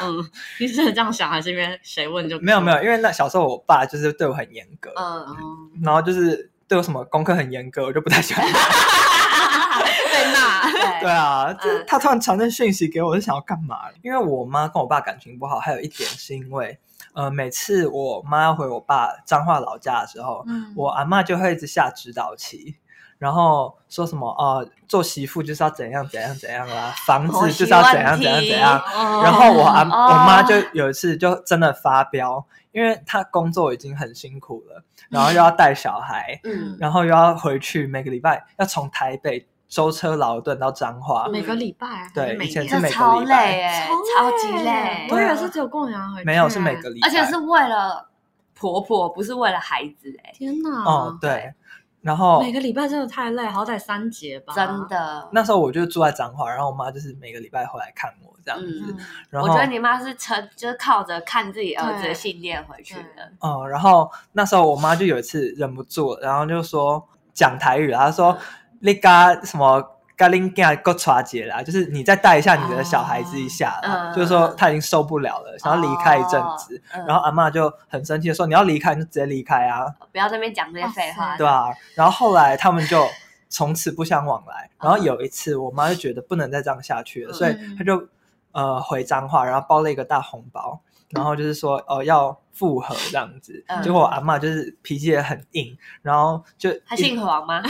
Speaker 3: 嗯， (laughs) 你是这样想还是因为谁问就
Speaker 2: 没有没有，因为那小时候我爸就是对我很严格，
Speaker 1: 嗯，
Speaker 3: 哦
Speaker 2: 然后就是对我什么功课很严格，我就不太喜欢他。
Speaker 3: 被骂？
Speaker 2: 对
Speaker 1: 对，
Speaker 2: 啊，就是
Speaker 1: 嗯
Speaker 2: 他突然传这讯息给我，我是想要干嘛？因为我妈跟我爸感情不好，还有一点是因为，呃，每次我妈回我爸彰化老家的时候，
Speaker 3: 嗯
Speaker 2: 我阿嬷就会一直下指导棋，然后说什么哦、做媳妇就是要怎样怎样怎
Speaker 1: (laughs)
Speaker 2: 样啦，房子就是要怎样怎样怎样。然
Speaker 3: 然
Speaker 2: 后我阿、
Speaker 1: 哦
Speaker 2: 我妈就有一次就真的发飙，因为她工作已经很辛苦了，然后又要带小孩，
Speaker 1: 嗯，
Speaker 2: 然后又要回去，每个礼拜要从台北舟车劳顿到彰化，
Speaker 1: 嗯
Speaker 3: 每个礼拜
Speaker 2: 对
Speaker 3: 还是每
Speaker 2: 以前
Speaker 3: 年
Speaker 2: 是每
Speaker 1: 这
Speaker 2: 个
Speaker 1: 超
Speaker 2: 礼
Speaker 1: 累
Speaker 2: 拜
Speaker 1: 哎、
Speaker 3: 超
Speaker 1: 超级累
Speaker 3: 我，以
Speaker 2: 对啊
Speaker 3: 为是只有过年要回去，
Speaker 2: 没有是每个礼拜，
Speaker 1: 而且是为了婆婆，不是为了孩子哎、
Speaker 3: 天哪！
Speaker 2: 哦对，然后
Speaker 3: 每个礼拜真的太累，好歹三节吧，
Speaker 1: 真。的。
Speaker 2: 那时候我就住在彰化，然后我妈就是每个礼拜回来看我这样子，
Speaker 1: 嗯
Speaker 3: 嗯，
Speaker 2: 然
Speaker 1: 我
Speaker 2: 后
Speaker 1: 觉得你妈是撑，就是靠着看自己儿子的信念回去的。
Speaker 2: 嗯，然后那时候我妈就有一次忍不住了，然后就说讲台语啊啦，她说
Speaker 1: (laughs)
Speaker 2: 那个什么。咖喱干够抓节啦，就是你再带一下你的小孩子一下啦，
Speaker 1: 哦
Speaker 2: 就是说他已经受不了了，想要离开一阵子。
Speaker 1: 嗯
Speaker 2: 然后阿嬷就很生气的说：“你要离开你就直接离开啊，
Speaker 1: 不要在那边讲这些废话。
Speaker 2: 对啊，然后后来他们就从此不相往来。然后有一次，我妈就觉得不能再这样下去了，所以
Speaker 3: 嗯
Speaker 2: 她就呃回彰化，然后包了一个大红包，然后就是说哦、呃要复合这样子。
Speaker 1: 嗯
Speaker 2: 结果我阿嬷就是脾气也很硬，然后就
Speaker 1: 她
Speaker 2: 一
Speaker 1: 姓黄吗？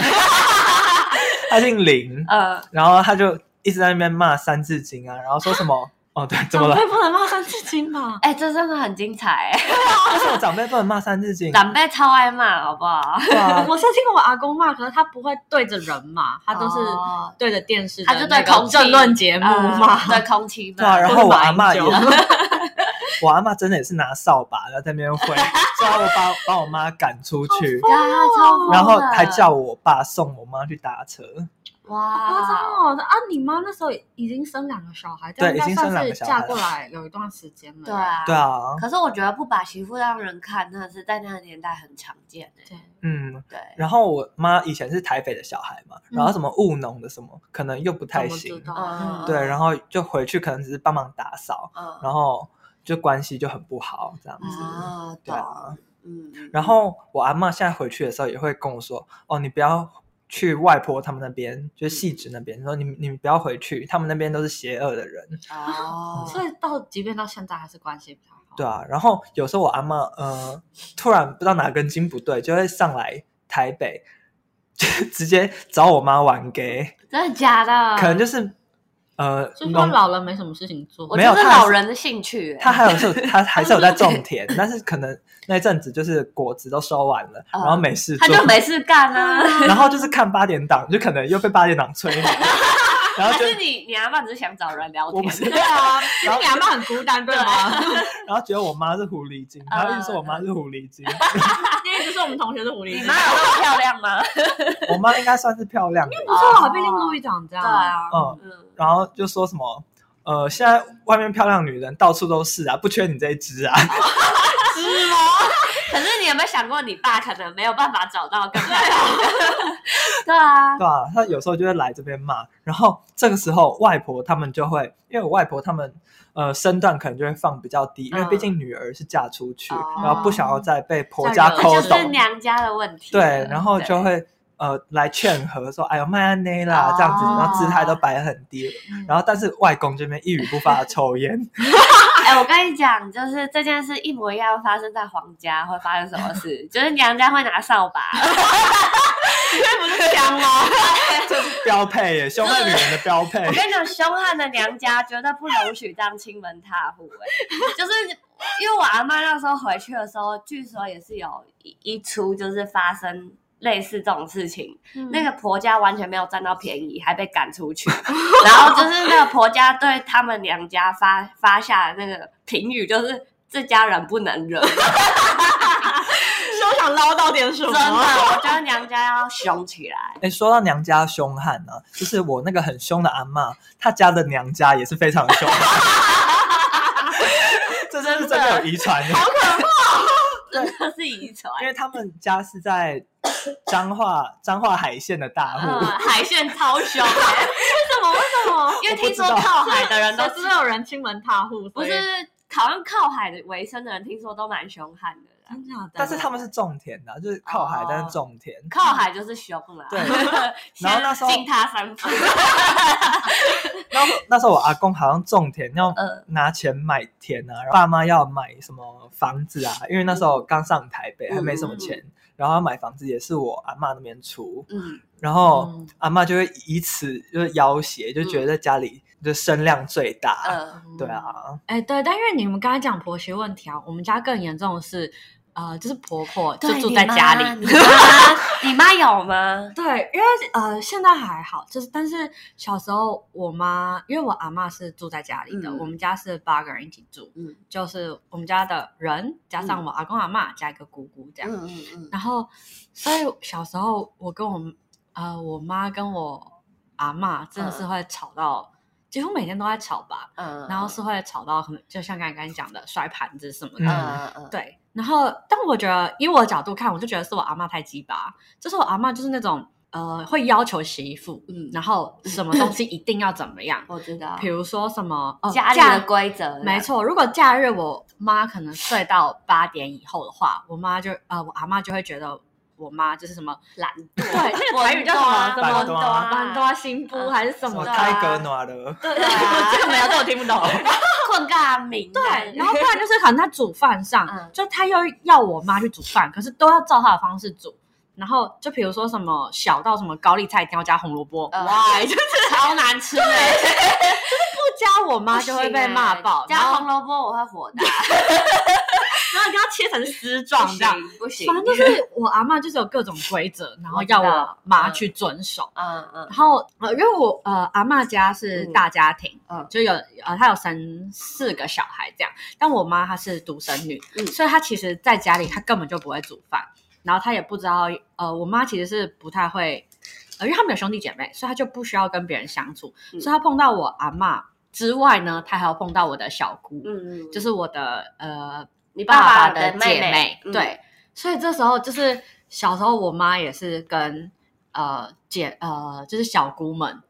Speaker 2: 她姓林，
Speaker 1: 呃，
Speaker 2: 然后她就一直在那边骂《三字经》啊，然后说什么哦对，怎么
Speaker 3: 长
Speaker 2: 了
Speaker 3: 辈？不能骂三字经 (laughs) 吧？
Speaker 1: 哎、这真的很精彩、哎
Speaker 2: 为什么长辈不能骂《三字经》？
Speaker 1: 长辈超爱骂，好不好？
Speaker 2: 对啊，
Speaker 3: 我是听我阿公骂，可是他不会对着人骂，他都是
Speaker 1: 哦
Speaker 3: 对着电视的
Speaker 1: 他就对
Speaker 3: 那个
Speaker 1: 空气
Speaker 3: 政论嗯节目骂。
Speaker 1: 呃对空气
Speaker 2: 对啊，
Speaker 1: 骂。
Speaker 2: 然
Speaker 3: 或
Speaker 2: 后
Speaker 3: 是
Speaker 2: 我
Speaker 3: 马
Speaker 2: 阿
Speaker 3: 英
Speaker 2: 嬷也
Speaker 3: (laughs) 九，
Speaker 2: 我阿嬷真的也是拿扫把然后在那边挥，最后我把把我妈赶出去，
Speaker 1: 对啊超疯的
Speaker 2: 然后还叫我爸送我妈去搭车。
Speaker 3: 夸张
Speaker 1: 哇，
Speaker 3: 哦！啊，你妈那时候已经生两个小孩，这
Speaker 2: 对
Speaker 3: 样应该
Speaker 2: 已经
Speaker 3: 算
Speaker 2: 生两
Speaker 3: 是
Speaker 2: 个小孩
Speaker 3: 嫁过来有一段时间了。
Speaker 1: 对啊，
Speaker 2: 对。啊，
Speaker 1: 可是我觉得不把媳妇让人看，真的是在那个年代很常见哎、
Speaker 3: 对，嗯
Speaker 2: 嗯，
Speaker 1: 对，
Speaker 2: 然后我妈以前是台北的小孩嘛，然后什么务农的什么，可能又不太
Speaker 3: 怎么知
Speaker 2: 行。
Speaker 3: 道？
Speaker 1: 嗯
Speaker 3: 嗯，
Speaker 2: 对，然后就回去可能只是帮忙打扫，
Speaker 1: 嗯，
Speaker 2: 然后就关系就很不好这样子。
Speaker 1: 啊，
Speaker 2: 对啊
Speaker 1: 懂，嗯，
Speaker 2: 然后我阿嬷现在回去的时候也会跟我说：“哦，你不要去外婆他们那边，就是细致那边，说你你不要回去，他们那边都是邪恶的人，
Speaker 1: 哦，
Speaker 3: 所以到即便到现在还是关系比较好。
Speaker 2: 对啊。”然后有时候我阿嬷呃，突然不知道哪根筋不对，就会上来台北，就直接找我妈玩 gay，、
Speaker 1: 真的假的？
Speaker 2: 可能就是呃，
Speaker 3: 所以说
Speaker 2: 农
Speaker 3: 老了没什么事情做，
Speaker 1: 我
Speaker 2: 没
Speaker 1: 觉
Speaker 2: 有
Speaker 1: 得是
Speaker 2: 他还
Speaker 1: 老
Speaker 2: 是
Speaker 1: 人的兴趣、欸，
Speaker 2: 他还有
Speaker 1: (laughs)
Speaker 2: 是，他还是有在种田，但是可能那阵子就是果子都收完了，然后没事
Speaker 1: 他
Speaker 2: 做，
Speaker 1: 啊就没事干啊。
Speaker 3: (laughs)
Speaker 2: 然后就是看八点档，就可能又被八点档催眠， (laughs) 然
Speaker 1: 还
Speaker 2: 后就是
Speaker 1: 你你阿爸只是想找人聊
Speaker 2: 我不是
Speaker 1: 天？
Speaker 2: (laughs)
Speaker 3: 对啊，因为你阿妈很孤单，对吗？
Speaker 2: 然后觉得我妈是狐狸精，然后一直说我妈是狐狸精，
Speaker 3: 因为就是我们同学是狐狸
Speaker 1: 你
Speaker 3: 精
Speaker 1: 妈。有那么漂亮吗？
Speaker 2: 我妈应该算是漂亮的，
Speaker 3: 不错啊，毕竟路易长这样。
Speaker 1: 对啊
Speaker 2: 嗯，
Speaker 1: 嗯，
Speaker 2: 然后就说什么。呃，现在外面漂亮女人到处都是啊，不缺你这一只啊。
Speaker 1: 可是你有没有想过，你爸可能没有办法找到更漂 (laughs) 亮的？对啊，
Speaker 2: (laughs) 对啊，他有时候就会来这边骂，然后这个时候外婆他们就会，因为我外婆他们呃身段可能就会放比较低，因为毕竟女儿是嫁出去，
Speaker 1: 哦
Speaker 2: 然后不想要再被婆家
Speaker 3: 再
Speaker 2: 抠
Speaker 3: 惹
Speaker 1: 就
Speaker 3: 懂
Speaker 1: 是
Speaker 2: 懂，
Speaker 1: 娘家的问题了。
Speaker 2: 对，然后就会呃来劝和说，哎呦麦安内
Speaker 1: 哦
Speaker 2: 啦这样子，然后姿态都摆很低，
Speaker 3: 嗯
Speaker 2: 然后但是外公这边一语不发地抽烟， (laughs)
Speaker 1: 哎、我跟你讲，就是这件事一模一样发生在皇家，会发生什么
Speaker 2: (laughs)
Speaker 1: 事？就是娘家会拿扫把， (laughs)
Speaker 3: 这不是枪吗？
Speaker 2: 这是标配耶，兄妹女人的标配
Speaker 1: (laughs) 我。跟你讲，凶悍的娘家绝对不容许当亲门踏户、哎， (laughs) 就是因为我阿妈那时候回去的时候，据说也是有一一出就是发生类似这种事情，
Speaker 3: 嗯
Speaker 1: 那个婆家完全没有占到便宜，还被赶出去。然后就是那个婆家对他们娘家发发下的那个评语，就是这家人不能惹。
Speaker 3: 说想捞到点什
Speaker 1: 真的，我觉得娘家要凶起来。
Speaker 2: 哎，说到娘家凶悍呢、就是我那个很凶的阿嬷，她家的娘家也是非常凶悍， (laughs) 这真是真的有遗传的。
Speaker 1: 真的是遗传。
Speaker 2: 因为他们家是在彰化彰化海线的大
Speaker 1: 嗯，
Speaker 2: 户，
Speaker 1: 海鲜超凶、欸，
Speaker 3: 什么？为什么？
Speaker 1: 因为听说
Speaker 2: 我不知道
Speaker 1: 靠海的人都
Speaker 3: 都是有人亲门踏户，
Speaker 1: 不
Speaker 3: 所以
Speaker 1: 是好像靠海的为生的人，听说都蛮凶悍的啦。
Speaker 3: 真假的？
Speaker 2: 但是他们是种田的，就是靠海
Speaker 1: 哦，
Speaker 2: 但是种田。
Speaker 1: 靠海就是凶啦， (laughs)
Speaker 2: 对
Speaker 1: 先
Speaker 2: 然后那时候
Speaker 1: 敬他三分，
Speaker 2: 然后那时候我阿公好像种田，要
Speaker 1: 嗯
Speaker 2: 拿钱买田啊，然后爸妈要买什么房子啊，因为那时候刚上台北，
Speaker 1: 嗯
Speaker 2: 还没什么钱，然后要买房子也是我阿妈那边出，
Speaker 1: 嗯，
Speaker 2: 然后
Speaker 3: 嗯
Speaker 2: 阿妈就会以此就是要挟，就觉得在家里的声量最
Speaker 3: 嗯
Speaker 2: 大。
Speaker 1: 呃，
Speaker 2: 对啊，
Speaker 3: 哎，对，但因为你们刚才讲婆媳问题啊，我们家更严重的是，呃，就是婆婆就住在家里。
Speaker 1: 你妈，你妈有吗？
Speaker 3: (laughs) 对，因为呃，现在还好，就是但是小时候我妈，因为我阿妈是住在家里的，
Speaker 1: 嗯
Speaker 3: 我们家是八个人一起住，
Speaker 1: 嗯
Speaker 3: 就是我们家的人加上我阿公阿妈加一个姑姑这样。
Speaker 1: 嗯嗯
Speaker 3: 然后，所以小时候我跟我呃我妈跟我阿妈真的是会吵到，几乎每天都在吵吧。
Speaker 1: 嗯
Speaker 3: 然后是会吵到可能就像刚才刚讲的摔盘子什么的，
Speaker 1: 嗯嗯，
Speaker 3: 对。然后，但我觉得以我的角度看，我就觉得是我阿妈太鸡巴，就是我阿妈就是那种呃会要求媳妇，
Speaker 1: 嗯，
Speaker 3: 然后什么东西一定要怎么样
Speaker 1: 我知道
Speaker 3: 比，如说什么、呃、
Speaker 1: 家里
Speaker 3: 假
Speaker 1: 的规则，
Speaker 3: 没，错，如果假日我妈可能睡到八点以后的话，我妈就呃，我阿妈就会觉得我妈就是什么
Speaker 1: 懒惰，
Speaker 3: 对那个台语叫什么
Speaker 1: 懒惰
Speaker 2: 什么
Speaker 1: 啊
Speaker 3: 搬多新妇还是什
Speaker 2: 什么
Speaker 3: 么
Speaker 1: 对
Speaker 3: 的，
Speaker 1: 啊
Speaker 2: 开格暖了，
Speaker 3: 对
Speaker 1: 对 (laughs) 啊
Speaker 3: 这个没有，这个我听不懂。
Speaker 1: 困尬明，
Speaker 3: 对，然后不然就是可能她煮饭上，
Speaker 1: 嗯
Speaker 3: 就她又要我妈去煮饭，可是都要照她的方式煮。然后就比如说什么小到什么高丽菜一定要加红萝卜，
Speaker 1: 嗯
Speaker 3: 哇，就
Speaker 1: 超难吃的。
Speaker 3: 不加我妈就会被骂爆。然
Speaker 1: 欸加
Speaker 3: 后
Speaker 1: 红萝卜我会火大，
Speaker 3: (laughs) 然后你要切成丝
Speaker 1: 不
Speaker 3: 状这样，
Speaker 1: 行不行，
Speaker 3: 反正就是我阿妈就是有各种规则，然后要我妈去遵守。
Speaker 1: 嗯嗯
Speaker 3: 然后呃，因为我呃阿妈家是大家庭，
Speaker 1: 嗯嗯
Speaker 3: 就有呃她有生四个小孩这样，但我妈她是独生女，
Speaker 1: 嗯
Speaker 3: 所以她其实在家里她根本就不会煮饭，然后她也不知道呃我妈其实是不太会，呃因为他们有兄弟姐妹，所以她就不需要跟别人相处，
Speaker 1: 嗯
Speaker 3: 所以她碰到我阿妈之外呢，她还要碰到我的小姑，
Speaker 1: 嗯嗯，
Speaker 3: 就是我的呃
Speaker 1: 你
Speaker 3: 爸
Speaker 1: 爸
Speaker 3: 爸
Speaker 1: 的
Speaker 3: 的姐妹，
Speaker 1: 嗯
Speaker 3: 对，所以这时候就是小时候我妈也是跟呃姐呃就是小姑们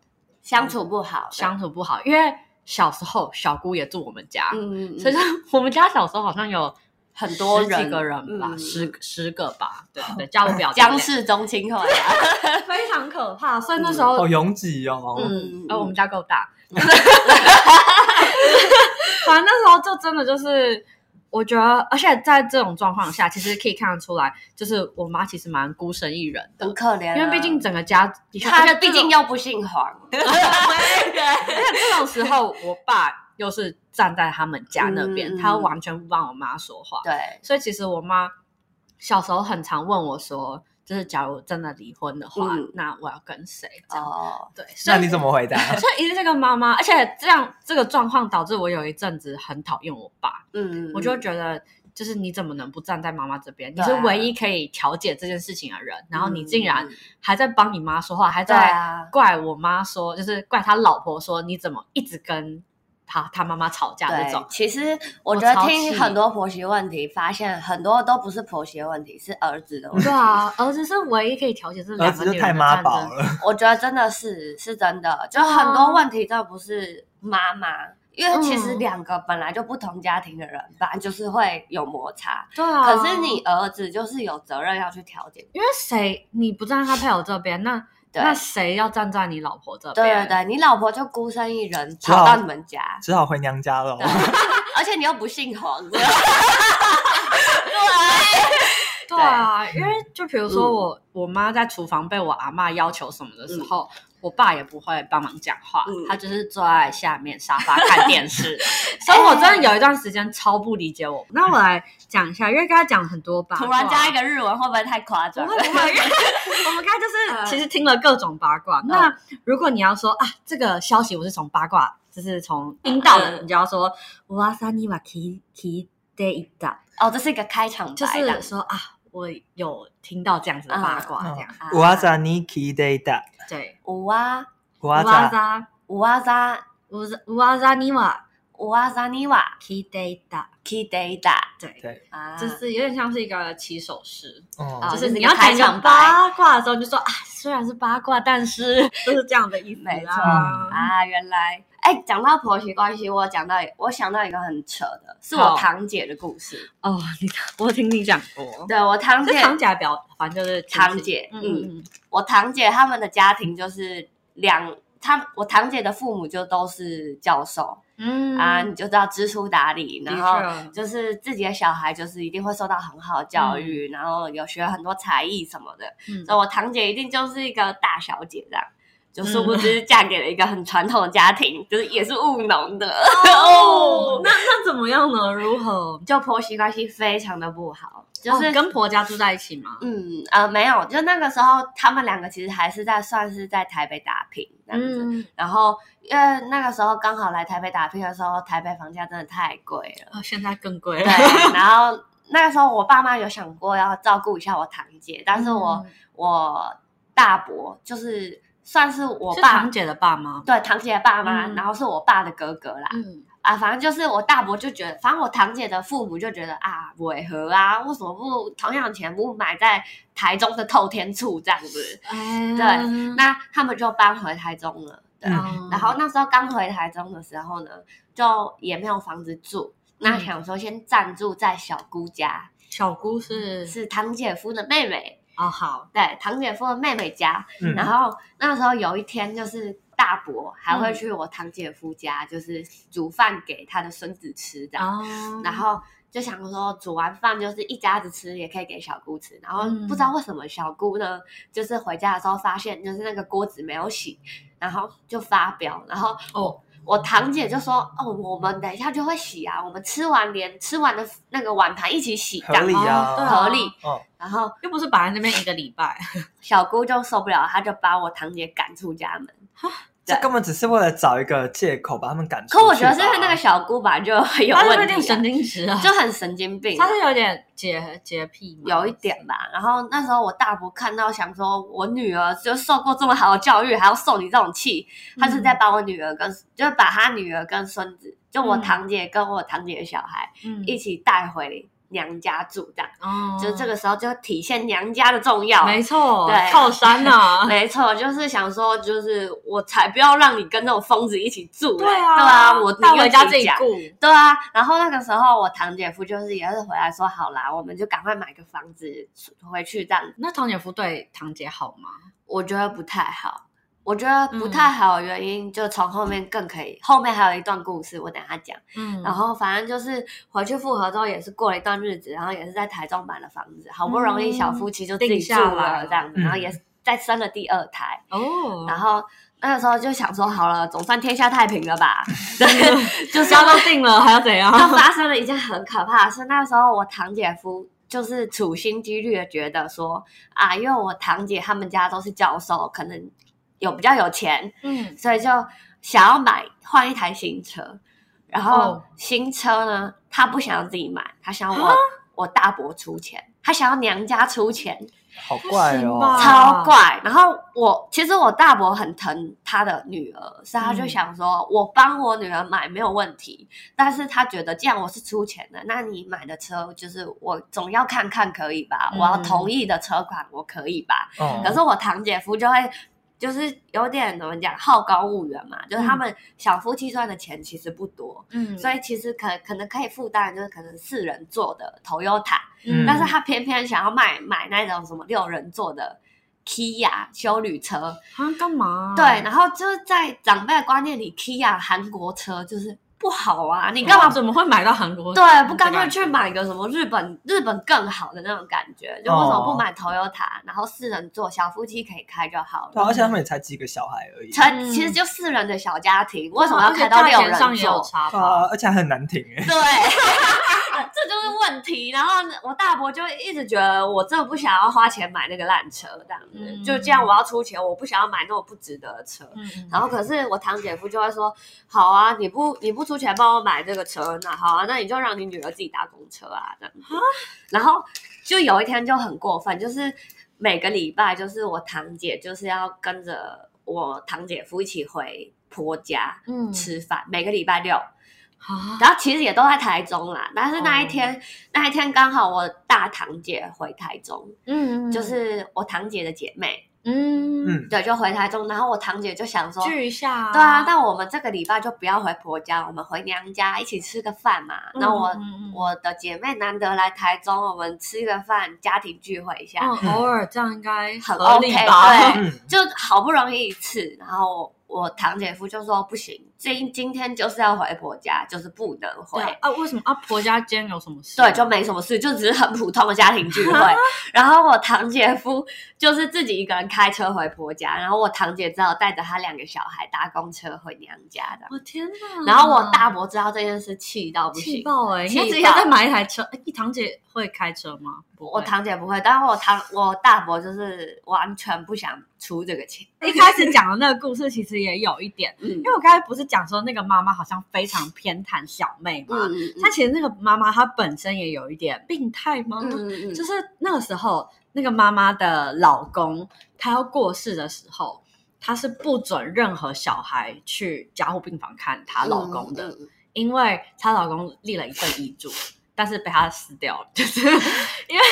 Speaker 1: 相处不好的，
Speaker 3: 相处不好，因为小时候小姑也住我们家，
Speaker 1: 嗯嗯
Speaker 3: 所以
Speaker 1: 嗯
Speaker 3: 就我们家小时候好像有
Speaker 1: 很多
Speaker 3: 十
Speaker 1: 人
Speaker 3: 几个人吧，
Speaker 1: 嗯嗯
Speaker 3: 十十个吧，对 (laughs) 对，加我表姐
Speaker 1: 江氏宗亲会啊，
Speaker 3: (laughs) 非常可怕，所以那时
Speaker 2: 嗯好
Speaker 3: 候
Speaker 2: 拥挤哦。
Speaker 3: 嗯
Speaker 1: 嗯，
Speaker 3: 呃，
Speaker 1: 嗯
Speaker 3: 我们家够
Speaker 1: (laughs)
Speaker 3: 大，反正那时候就真的就是，我觉得，而且在这种状况下，其实可以看得出来，就是我妈其实蛮孤身一人的
Speaker 1: 很，可怜啊，
Speaker 3: 因为毕竟整个家，而
Speaker 1: 他
Speaker 3: 且
Speaker 1: 毕竟
Speaker 3: 要，
Speaker 1: 又不姓
Speaker 3: (laughs)
Speaker 1: 黄，
Speaker 3: 而且这种时候，我爸又是站在他们家那边，
Speaker 1: 嗯嗯
Speaker 3: 他完全不帮我妈说话，
Speaker 1: (laughs) 对，
Speaker 3: 所以其实我妈小时候很常问我说，就是假如真的离婚的话，
Speaker 1: 嗯
Speaker 3: 那我要跟谁？这样、
Speaker 1: 哦，
Speaker 3: 对，所以
Speaker 2: 那你怎么回答？
Speaker 3: 所以一定是个妈妈，而且这样这个状况导致我有一阵子很讨厌我爸，
Speaker 1: 嗯，
Speaker 3: 我就觉得就是你怎么能不站在妈妈这边？你
Speaker 1: 对啊
Speaker 3: 是唯一可以调解这件事情的人，然后你竟然
Speaker 1: 嗯
Speaker 3: 还在帮你妈说话，还
Speaker 1: 对
Speaker 3: 在
Speaker 1: 啊，
Speaker 3: 怪我妈说，就是怪他老婆说你怎么一直跟他他妈妈吵架这
Speaker 1: 对 (laughs)
Speaker 3: 种，。
Speaker 1: 其实我觉
Speaker 3: 我
Speaker 1: 得
Speaker 3: 超
Speaker 1: 听
Speaker 3: 气
Speaker 1: 很多婆媳问题，发现很多都不是婆媳问题，是儿子的问
Speaker 3: (laughs)
Speaker 1: 题
Speaker 3: 对。啊，儿子是唯一可以调解这
Speaker 2: 儿
Speaker 3: (laughs) 两
Speaker 2: 子
Speaker 3: 个
Speaker 2: 就
Speaker 3: 女人
Speaker 2: 太
Speaker 3: 的
Speaker 2: 妈
Speaker 3: 战
Speaker 2: 宝
Speaker 3: 争。
Speaker 2: 了，
Speaker 1: 我觉得真的是是真的，就很多问题真的不是妈妈。因为其实
Speaker 3: 哦嗯
Speaker 1: 两个本来就不同家庭的人，本来就是会有摩擦。
Speaker 3: 对啊。
Speaker 1: 可是你儿子就是有责任要去调解，
Speaker 3: 因为谁你不站在他配偶这边，那
Speaker 1: 对
Speaker 3: 那谁要站在你老婆这
Speaker 1: 对对
Speaker 3: 边？
Speaker 1: 对，你老婆就孤身一人
Speaker 2: 知道
Speaker 1: 跑到你们家，
Speaker 2: 只好回娘家
Speaker 3: (laughs) 哦
Speaker 2: 了。
Speaker 1: (laughs)
Speaker 3: 啊
Speaker 1: 而且你又不姓黄，对
Speaker 3: 对啊，因为就比如
Speaker 1: 嗯
Speaker 3: 说我、我妈在厨房被我阿妈要求什么的时候，我爸也不会帮忙讲话，
Speaker 1: 嗯
Speaker 3: 他就是坐在下面沙发看
Speaker 1: (laughs)
Speaker 3: 电视。所以我真的有一段时间超不理解我。那我来讲一下，因为刚才讲很多八卦，
Speaker 1: 突然加一个日文会不会太夸
Speaker 3: 不
Speaker 1: 张？
Speaker 3: 会不会，因为 (laughs) 我们刚才
Speaker 1: (laughs) 嗯
Speaker 3: 就是其实听了各种八卦。那如果你要说啊，这个消息我是从八卦，就是从听到的，
Speaker 1: 嗯
Speaker 3: 你就要说哇塞，你哇提提得一打，
Speaker 1: (laughs) 哦，这是一个开场白，
Speaker 3: 就是说啊，我有听到这样子的八卦，
Speaker 2: 嗯
Speaker 3: 这样啊
Speaker 2: 我阿扎尼基德达，
Speaker 3: 对。
Speaker 1: 五啊
Speaker 2: 我阿
Speaker 3: 哇
Speaker 2: 扎
Speaker 3: 塞，
Speaker 1: 五啊扎
Speaker 3: 哇塞，哇塞，你哇
Speaker 1: 五啊扎尼瓦
Speaker 3: 提得一打，
Speaker 1: key data
Speaker 3: 对。
Speaker 2: 对，
Speaker 1: 啊，
Speaker 3: 就是有点像是一个起手式，
Speaker 1: 啊
Speaker 2: 嗯，
Speaker 3: 就是
Speaker 1: 这是
Speaker 3: 你
Speaker 1: 一个
Speaker 3: 要
Speaker 1: 开
Speaker 3: 讲一个
Speaker 1: 场白
Speaker 3: 八卦的时候，你就说啊，虽然是八卦，但是
Speaker 1: (laughs)
Speaker 3: 就是这样的意思
Speaker 1: 没错
Speaker 3: 啊。
Speaker 1: 啊，原来。哎，讲到婆媳关系，我讲到我想到一个很扯的，是
Speaker 3: 好
Speaker 1: 我堂姐的故事。
Speaker 3: 哦，你我听你讲过，
Speaker 1: 对我堂
Speaker 3: 这
Speaker 1: 姐，
Speaker 3: 堂姐还表，反正就是亲戚
Speaker 1: 堂姐
Speaker 3: 嗯嗯
Speaker 1: 我堂姐他们的家庭就是两，她我堂姐的父母就都是教授、
Speaker 3: 嗯
Speaker 1: 啊，你就知道知书达理，
Speaker 3: 的
Speaker 1: 然后
Speaker 3: 确
Speaker 1: 就是自己的小孩就是一定会受到很好的教育，然后有学很多才艺什么的，
Speaker 3: 嗯
Speaker 1: 所以我堂姐一定就是一个大小姐这样。就殊不知嫁给了一个很传统的家庭，就是也是务农的
Speaker 3: 哦
Speaker 1: (laughs) 哦，，
Speaker 3: 那那怎么样呢？如何？
Speaker 1: 就婆媳关系非常的不好，就是、
Speaker 3: 哦跟婆家住在一起吗？
Speaker 1: 嗯呃没有，就那个时候他们两个其实还是在算是在台北打拼这样子，
Speaker 3: 嗯，
Speaker 1: 然后因为那个时候刚好来台北打拼的时候，台北房价真的太贵了，
Speaker 3: 哦现在更贵了。
Speaker 1: 对，然后那个时候我爸妈有想过要照顾一下我堂姐，但是我、我大伯就是算是我
Speaker 3: 嗯是
Speaker 1: 爸
Speaker 3: 堂姐的爸妈。
Speaker 1: 对堂姐的爸妈，
Speaker 3: 嗯
Speaker 1: 然后是我爸的哥哥啦。
Speaker 3: 嗯，
Speaker 1: 啊，反正就是我大伯就觉得，反正我堂姐的父母就觉得啊，违和啊，为什么不同样的钱不买在台中的透天处这样子？
Speaker 3: 哎，
Speaker 1: 对那他们就搬回台中了。对，
Speaker 2: 嗯
Speaker 3: 嗯
Speaker 1: 然后那时候刚回台中的时候呢，就也没有房子住，那
Speaker 3: 嗯
Speaker 1: 想说先暂住在小姑家，
Speaker 3: 小姑是
Speaker 1: 嗯是堂姐夫的妹妹，
Speaker 3: 哦好，
Speaker 1: 对，堂姐夫的妹妹家。
Speaker 2: 嗯
Speaker 1: 然后那时候有一天，就是大伯还会去我堂姐夫家，
Speaker 2: 嗯
Speaker 1: 就是煮饭给他的孙子吃这样。
Speaker 3: 哦
Speaker 1: 然后就想说煮完饭就是一家子吃，也可以给小姑吃。然后
Speaker 3: 嗯
Speaker 1: 不知道为什么小姑呢，就是回家的时候发现就是那个锅子没有洗，然后就发飙。然后
Speaker 3: 哦
Speaker 1: 我堂姐就说：“哦，我们等一下就会洗啊，我们吃完连吃完的那个碗盘一起洗，这
Speaker 2: 合
Speaker 1: 样
Speaker 2: 理
Speaker 3: 哦对
Speaker 2: 啊，
Speaker 1: 合理。
Speaker 2: 哦”
Speaker 1: 然后
Speaker 3: 又不是摆在那边一个礼拜，
Speaker 1: 小姑就受不了，她就把我堂姐赶出家门。
Speaker 2: 这根本只是为了找一个借口把他们赶出去吧。
Speaker 1: 可我觉得是因为那个小姑吧
Speaker 3: (laughs)
Speaker 1: 就很有
Speaker 3: 她是不是有
Speaker 1: 问
Speaker 3: 点
Speaker 1: 题、
Speaker 3: 神
Speaker 1: 啊，
Speaker 3: 经质啊，
Speaker 1: 就很神经病啊、
Speaker 3: 她是有点洁洁癖吗，
Speaker 1: 有一点吧。然后那时候我大伯看到，想说我女儿就受过这么好的教育，还要受你这种气，他是在把我女儿跟，就是把他女儿跟孙子，就我
Speaker 3: 嗯
Speaker 1: 堂姐跟我堂姐的小孩、
Speaker 3: 嗯
Speaker 1: 一起带回娘家住，这样。
Speaker 3: 哦
Speaker 1: 就这个时候就体现娘家的重要。
Speaker 3: 没错，
Speaker 1: 对，
Speaker 3: 靠山啊
Speaker 1: (laughs) 没错，就是想说，就是我才不要让你跟那种疯子一起住嘞、
Speaker 3: 对啊，
Speaker 1: 对啊，我
Speaker 3: 带
Speaker 1: 宁
Speaker 3: 回
Speaker 1: 愿
Speaker 3: 家
Speaker 1: 自
Speaker 3: 自己
Speaker 1: 讲
Speaker 3: 顾，
Speaker 1: 对啊，然后那个时候我堂姐夫就是也是回来说，好啦，我们就赶快买个房子回去这样子。
Speaker 3: 那堂姐夫对堂姐好吗？
Speaker 1: 我觉得不太好，我觉得不太好的原因就从后面更可以，后面还有一段故事，我等一下讲。
Speaker 3: 嗯
Speaker 1: 然后反正就是回去复合之后，也是过了一段日子，然后也是在台中买了房子，好不容易小夫妻就自己
Speaker 3: 定
Speaker 1: 住
Speaker 3: 下来
Speaker 1: 了
Speaker 3: 了
Speaker 1: 这样子，
Speaker 2: 嗯
Speaker 1: 然后也再生了第二胎，
Speaker 3: 哦，
Speaker 1: 然后。那个时候就想说，好了，总算天下太平了吧？
Speaker 3: 就是要都定了，还要
Speaker 1: (laughs)
Speaker 3: 怎样？
Speaker 1: 就发生了一件很可怕的事。那时候我堂姐夫就是处心积虑的觉得说啊，因为我堂姐他们家都是教授，可能有比较有钱，
Speaker 3: 嗯，
Speaker 1: 所以就想要买换一台新车。然后
Speaker 3: 哦
Speaker 1: 新车呢，他不想要自己买，他想要我我大伯出钱，他想要娘家出钱，
Speaker 2: 好怪
Speaker 3: 不行
Speaker 2: 哦
Speaker 3: 吧，
Speaker 1: 超怪。然后我其实我大伯很疼他的女儿，所以他就想说，我帮我女儿买没有问题，但是他觉得既然我是出钱的，那你买的车就是我总要看看可以吧？
Speaker 3: 嗯哦
Speaker 1: 我要同意的车款我可以吧？
Speaker 2: 嗯
Speaker 1: 可是我堂姐夫就会就是有点怎么讲，好高骛远嘛，就是他们小夫妻赚的钱其实不多，
Speaker 3: 嗯
Speaker 1: 所以其实可可能可以负担，就是可能四人座的 Toyota，、
Speaker 2: 嗯
Speaker 1: 但是他偏偏想要买买那种什么六人座的 Kia 修旅车，
Speaker 3: 啊干嘛？
Speaker 1: 对，然后就是在长辈的观念里，Kia 韩国车就是不好啊，你干嘛
Speaker 3: 怎么会买到韩国？
Speaker 1: 对，不干脆
Speaker 3: 对吧
Speaker 1: 去买个什么日本日本更好的那种感觉，就为什么
Speaker 3: 哦
Speaker 1: 不买 Toyota，、然后四人座小夫妻可以开就好
Speaker 2: 对啊，
Speaker 1: 了。
Speaker 2: 而且他们也才几个小孩而已，
Speaker 1: 才
Speaker 3: 嗯
Speaker 1: 其实就四人的小家庭，为什么要开到六
Speaker 3: 哦而且价钱上
Speaker 1: 人
Speaker 3: 也有
Speaker 1: 座？
Speaker 3: 差
Speaker 2: 对
Speaker 3: 吧？
Speaker 2: 啊，而且还很难停
Speaker 3: (laughs)
Speaker 2: 哎、
Speaker 1: 对， (laughs) 这就是问题。然后我大伯就一直觉得我真的不想要花钱买那个烂车，这样子、
Speaker 3: 嗯
Speaker 1: 就这样我要出钱，我不想要买那种不值得的车。
Speaker 3: 嗯
Speaker 1: 然后可是我堂姐夫就会说，好啊，你不你不出钱帮我买这个车，那好啊，那你就让你女儿自己搭公车啊，这样子。然后就有一天就很过分，就是每个礼拜就是我堂姐就是要跟着我堂姐夫一起回婆家
Speaker 3: 嗯
Speaker 1: 吃饭，每个礼拜六。
Speaker 3: 啊，
Speaker 1: 然后其实也都在台中啦，但是那一
Speaker 3: 哦
Speaker 1: 天、那一天刚好我大堂姐回台中，
Speaker 3: 嗯
Speaker 1: 就是我堂姐的姐妹，
Speaker 3: 嗯
Speaker 2: 嗯，
Speaker 1: 对，就回台中。然后我堂姐就想说，
Speaker 3: 聚一下，
Speaker 1: 嗯对啊，但我们这个礼拜就不要回婆家，我们回娘家一起吃个饭嘛。
Speaker 3: 嗯
Speaker 1: 那我、
Speaker 3: 嗯嗯
Speaker 1: 我的姐妹难得来台中，我们吃个饭，家庭聚会一下，
Speaker 3: 嗯偶尔这样应该
Speaker 1: 很
Speaker 3: 合理
Speaker 1: OK，
Speaker 3: 吧？啊
Speaker 1: 对
Speaker 2: 嗯，
Speaker 1: 就好不容易一次。然后我堂姐夫就说不行，今今天就是要回婆家，就是不能回。
Speaker 3: 啊啊，为什么啊？婆家间有什么事？啊
Speaker 1: 对，就没什么事，就只是很普通的家庭聚会。然后我堂姐夫就是自己一个人开车回婆家，然后我堂姐只好带着他两个小孩搭公车回娘家的。
Speaker 3: 我天哪！
Speaker 1: 然后我大伯知道这件事，气到不
Speaker 3: 嗯气
Speaker 1: 行。
Speaker 3: 爆哎、欸！
Speaker 1: 气
Speaker 3: 你直接
Speaker 1: 爆
Speaker 3: 再买一台车。哎，你堂姐会开车吗？不会
Speaker 1: 我堂姐不会，但是我堂我大伯就是完全不想出这个钱。
Speaker 3: 一开始讲的那个故事其实也有一点，
Speaker 1: 嗯
Speaker 3: 因为我刚才不是讲说那个妈妈好像非常偏袒小妹嘛，
Speaker 1: 嗯
Speaker 3: 但其实那个妈妈她本身也有一点病态吗？
Speaker 1: 嗯
Speaker 3: 就是是那个时候，那个妈妈的老公他要过世的时候，他是不准任何小孩去加护病房看她
Speaker 1: 嗯
Speaker 3: 老公的，，因为她老公立了一份遗嘱，但是被她撕掉了， (laughs) 就是因为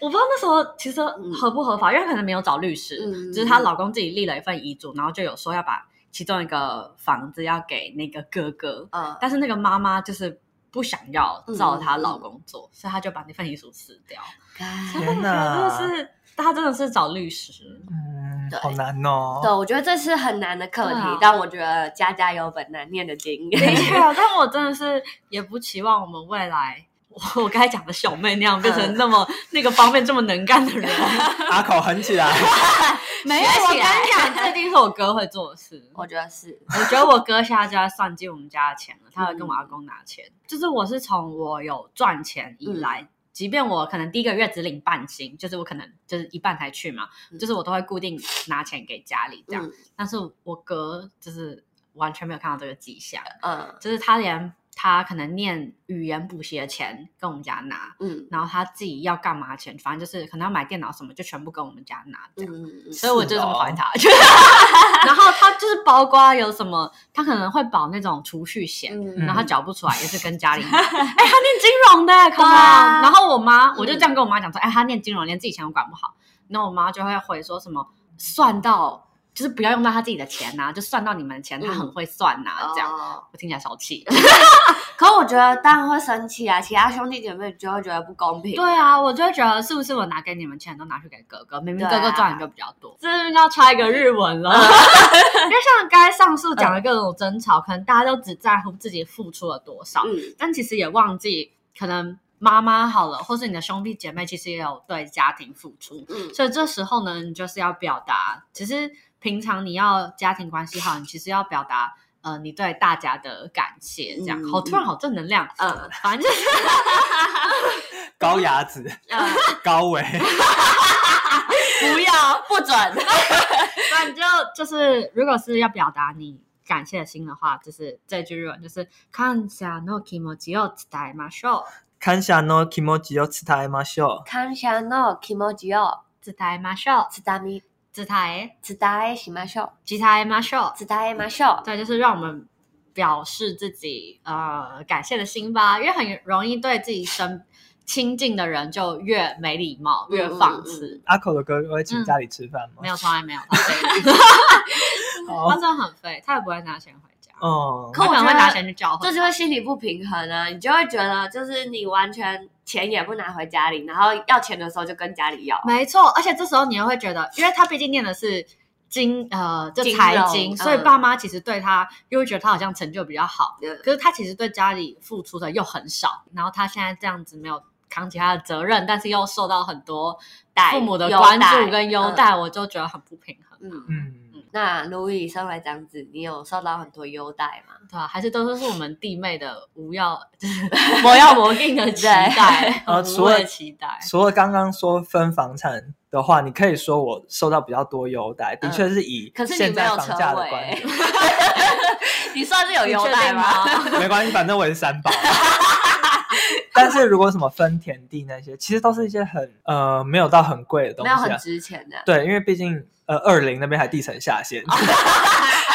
Speaker 3: 我不知道那时候其实合不合法，因为可能没有找律师，
Speaker 1: 嗯
Speaker 3: 就是她老公自己立了一份遗嘱，然后就有说要把其中一个房子要给那个哥哥，
Speaker 1: 呃，
Speaker 3: 嗯但是那个妈妈就是。不想要照她老公做，所以她就把那份遗嘱撕掉。
Speaker 1: 干
Speaker 2: 天哪
Speaker 3: 真的是，她真的是找律师。
Speaker 2: 嗯
Speaker 1: 对
Speaker 2: 好难哦、
Speaker 1: 对，我觉得这是很难的课题
Speaker 3: 对啊，
Speaker 1: 但我觉得家家有本难念的经。
Speaker 3: (laughs) 的确啊，但我真的是也不期望我们未来。我我刚才讲的小妹那样变成那 (laughs) 么那个方面这么能干的人，
Speaker 2: 阿口狠起
Speaker 1: (laughs)
Speaker 2: 来，
Speaker 3: (laughs) 没有。我跟你讲，这一定是我哥会做的事。
Speaker 1: (laughs)
Speaker 3: 我
Speaker 1: 我觉得是，
Speaker 3: (laughs) 我觉得我哥现在就在算计我们家的钱了，他会跟我阿公拿钱。就是我是从我有赚钱以来，即便我可能第一个月只领半薪，就是我可能就是一半才去嘛，
Speaker 1: 嗯
Speaker 3: 就是我都会固定拿钱给家里这样。
Speaker 1: 嗯
Speaker 3: 但是我哥就是完全没有看到这个迹象。
Speaker 1: 嗯
Speaker 3: 就是他连他可能念语言补习的钱跟我们家拿，
Speaker 1: 嗯
Speaker 3: 然后他自己要干嘛的钱，反正就是可能要买电脑什么，就全部跟我们家拿这样。
Speaker 1: 嗯，
Speaker 3: 所以我就这么
Speaker 2: 是哦
Speaker 1: (laughs)
Speaker 3: 讨厌他，然后他就是包括有什么，他可能会保那种储蓄险，
Speaker 1: 嗯
Speaker 3: 然后他缴不出来也是跟家里
Speaker 1: (laughs)
Speaker 3: 拿。哎、他念金融的，可能。
Speaker 1: 啊嗯
Speaker 3: 然后我妈，我就这样跟我妈讲说，哎、他念金融，连自己钱都管不好。那我妈就会回说什么，算到就是不要用到他自己的钱啊呐、就算到你们的钱，
Speaker 1: 嗯
Speaker 3: 他很会算呐、这样。
Speaker 1: 样。
Speaker 3: 我听起来小气。
Speaker 1: 可我觉得当然会生气啊，其他兄弟姐妹就会觉得不公平。
Speaker 3: 对啊，我就会觉得是不是我拿给你们钱都拿去给哥哥，明明哥
Speaker 1: 对
Speaker 3: 哥
Speaker 1: 啊
Speaker 3: 赚的就比较多，这要插一个日文 (laughs) 了。嗯因为像刚才上述讲的各种争吵，可能大家都只在乎自己付出了多少，
Speaker 1: 嗯，
Speaker 3: 但其实也忘记可能妈妈好了，或是你的兄弟姐妹其实也有对家庭付出，
Speaker 1: 嗯
Speaker 3: 所以这时候呢，你就是要表达，其实平常你要家庭关系好，你其实要表达。呃，你对大家的感谢，这样、
Speaker 1: 嗯
Speaker 3: 好，突然好正能量，
Speaker 1: 嗯
Speaker 3: 反正就是
Speaker 2: 高牙子，
Speaker 1: 嗯，
Speaker 2: 高尾，
Speaker 1: (laughs) 不要不
Speaker 3: (laughs)
Speaker 1: 准。
Speaker 3: 那你就就是，如果是要表达你感谢的心的话，就是这句日文就是“感謝の気持ちを伝えましょう
Speaker 2: 看下の気持ちを伝えましょう。
Speaker 1: 感謝の気持ちを”，
Speaker 3: 伝えましょう，
Speaker 1: 伝み
Speaker 3: 伝え
Speaker 1: 伝えしましょ
Speaker 3: 伝えましょう
Speaker 1: う。伝えまし
Speaker 3: (laughs)
Speaker 1: ょう。
Speaker 3: 对，就是让我们表示自己呃感谢的心吧，因为很容易对自己身亲近的人就越没礼貌，
Speaker 1: 嗯
Speaker 3: 越放肆。
Speaker 2: 阿口的哥哥会请家里吃饭吗？
Speaker 3: 没有，从来没有，
Speaker 1: (laughs)
Speaker 3: 他废物
Speaker 2: 好
Speaker 3: 他，真的很废，他也不会拿钱回家，
Speaker 2: 嗯，
Speaker 1: 可
Speaker 3: 他可能
Speaker 1: 我觉
Speaker 3: 会
Speaker 1: 得
Speaker 3: 拿钱去教会
Speaker 1: 这。就会心里不平衡啊，你就会觉得就是你完全钱也不拿回家里，然后要钱的时候就跟家里要，
Speaker 3: 没错，而且这时候你也会觉得，因为他毕竟念的是经呃，就
Speaker 1: 金
Speaker 3: 财
Speaker 1: 融
Speaker 3: 经，
Speaker 1: 嗯
Speaker 3: 所以爸妈其实对他又会觉得他好像成就比较好，
Speaker 1: 嗯
Speaker 3: 可是他其实对家里付出的又很少，然后他现在这样子没有扛起他的责任，但是又受到很多
Speaker 1: 带
Speaker 3: 父母的
Speaker 1: 优
Speaker 3: 关
Speaker 1: 待
Speaker 3: 注跟优待，嗯我就觉得很不平衡。
Speaker 1: 嗯。
Speaker 3: 啊
Speaker 1: 嗯
Speaker 2: 嗯，
Speaker 1: 那 Louis 身为长子，你有受到很多优待吗？
Speaker 3: 对啊，还是都是我们弟妹的无要，就是 (laughs) 魔要魔定的
Speaker 1: (laughs)
Speaker 3: 期待，
Speaker 1: 哦
Speaker 2: 呃
Speaker 3: 很无
Speaker 2: 除
Speaker 3: 谓
Speaker 2: 了
Speaker 3: 的期待。
Speaker 2: 除了刚刚说分房产的话，你可以说我受到比较多优待，的确是以
Speaker 1: 嗯可是你
Speaker 2: 现
Speaker 1: 没
Speaker 2: 在
Speaker 1: 有
Speaker 2: 房
Speaker 1: 车
Speaker 2: 价的
Speaker 1: 位
Speaker 2: 观点，
Speaker 1: (laughs) 你算是有
Speaker 3: 你
Speaker 1: 优
Speaker 3: 确
Speaker 1: 待
Speaker 3: 定
Speaker 1: 吗？？
Speaker 2: (laughs) 没关系，反正我也是三宝。啊 (laughs) 但是如果什么分田地那些，其实都是一些很呃没有到很贵的东
Speaker 1: 没
Speaker 2: 西、
Speaker 1: 有很
Speaker 2: 啊，
Speaker 1: 值钱的，
Speaker 2: 对，因为毕竟呃二零那边还地层下陷，
Speaker 1: 哦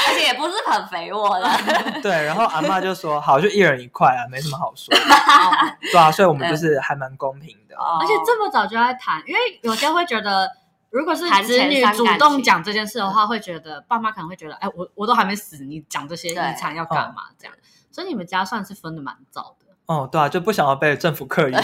Speaker 1: 而且也不是很肥沃的。
Speaker 2: (laughs) 对，然后阿嬷就说好就一人一块啊，没什么好说的，
Speaker 3: 哦
Speaker 2: 对啊，所以我们就是还蛮公平的，
Speaker 1: (laughs) 而
Speaker 3: 而且这
Speaker 2: 哦
Speaker 3: 么早就在谈，因为有些会觉得，如果是
Speaker 1: 谈
Speaker 3: 子
Speaker 1: 钱
Speaker 3: 女
Speaker 1: 伤
Speaker 3: 主
Speaker 1: 感
Speaker 3: 动
Speaker 1: 情
Speaker 3: 讲这件事的话，会觉得爸妈可能会觉得，哎，我我都还没死，你讲这些遗
Speaker 1: 对
Speaker 3: 产要干嘛？这样，所以你们家算是分的蛮早的。
Speaker 2: 哦，对啊，就不想要被政府刻遗
Speaker 1: (laughs)
Speaker 2: 产，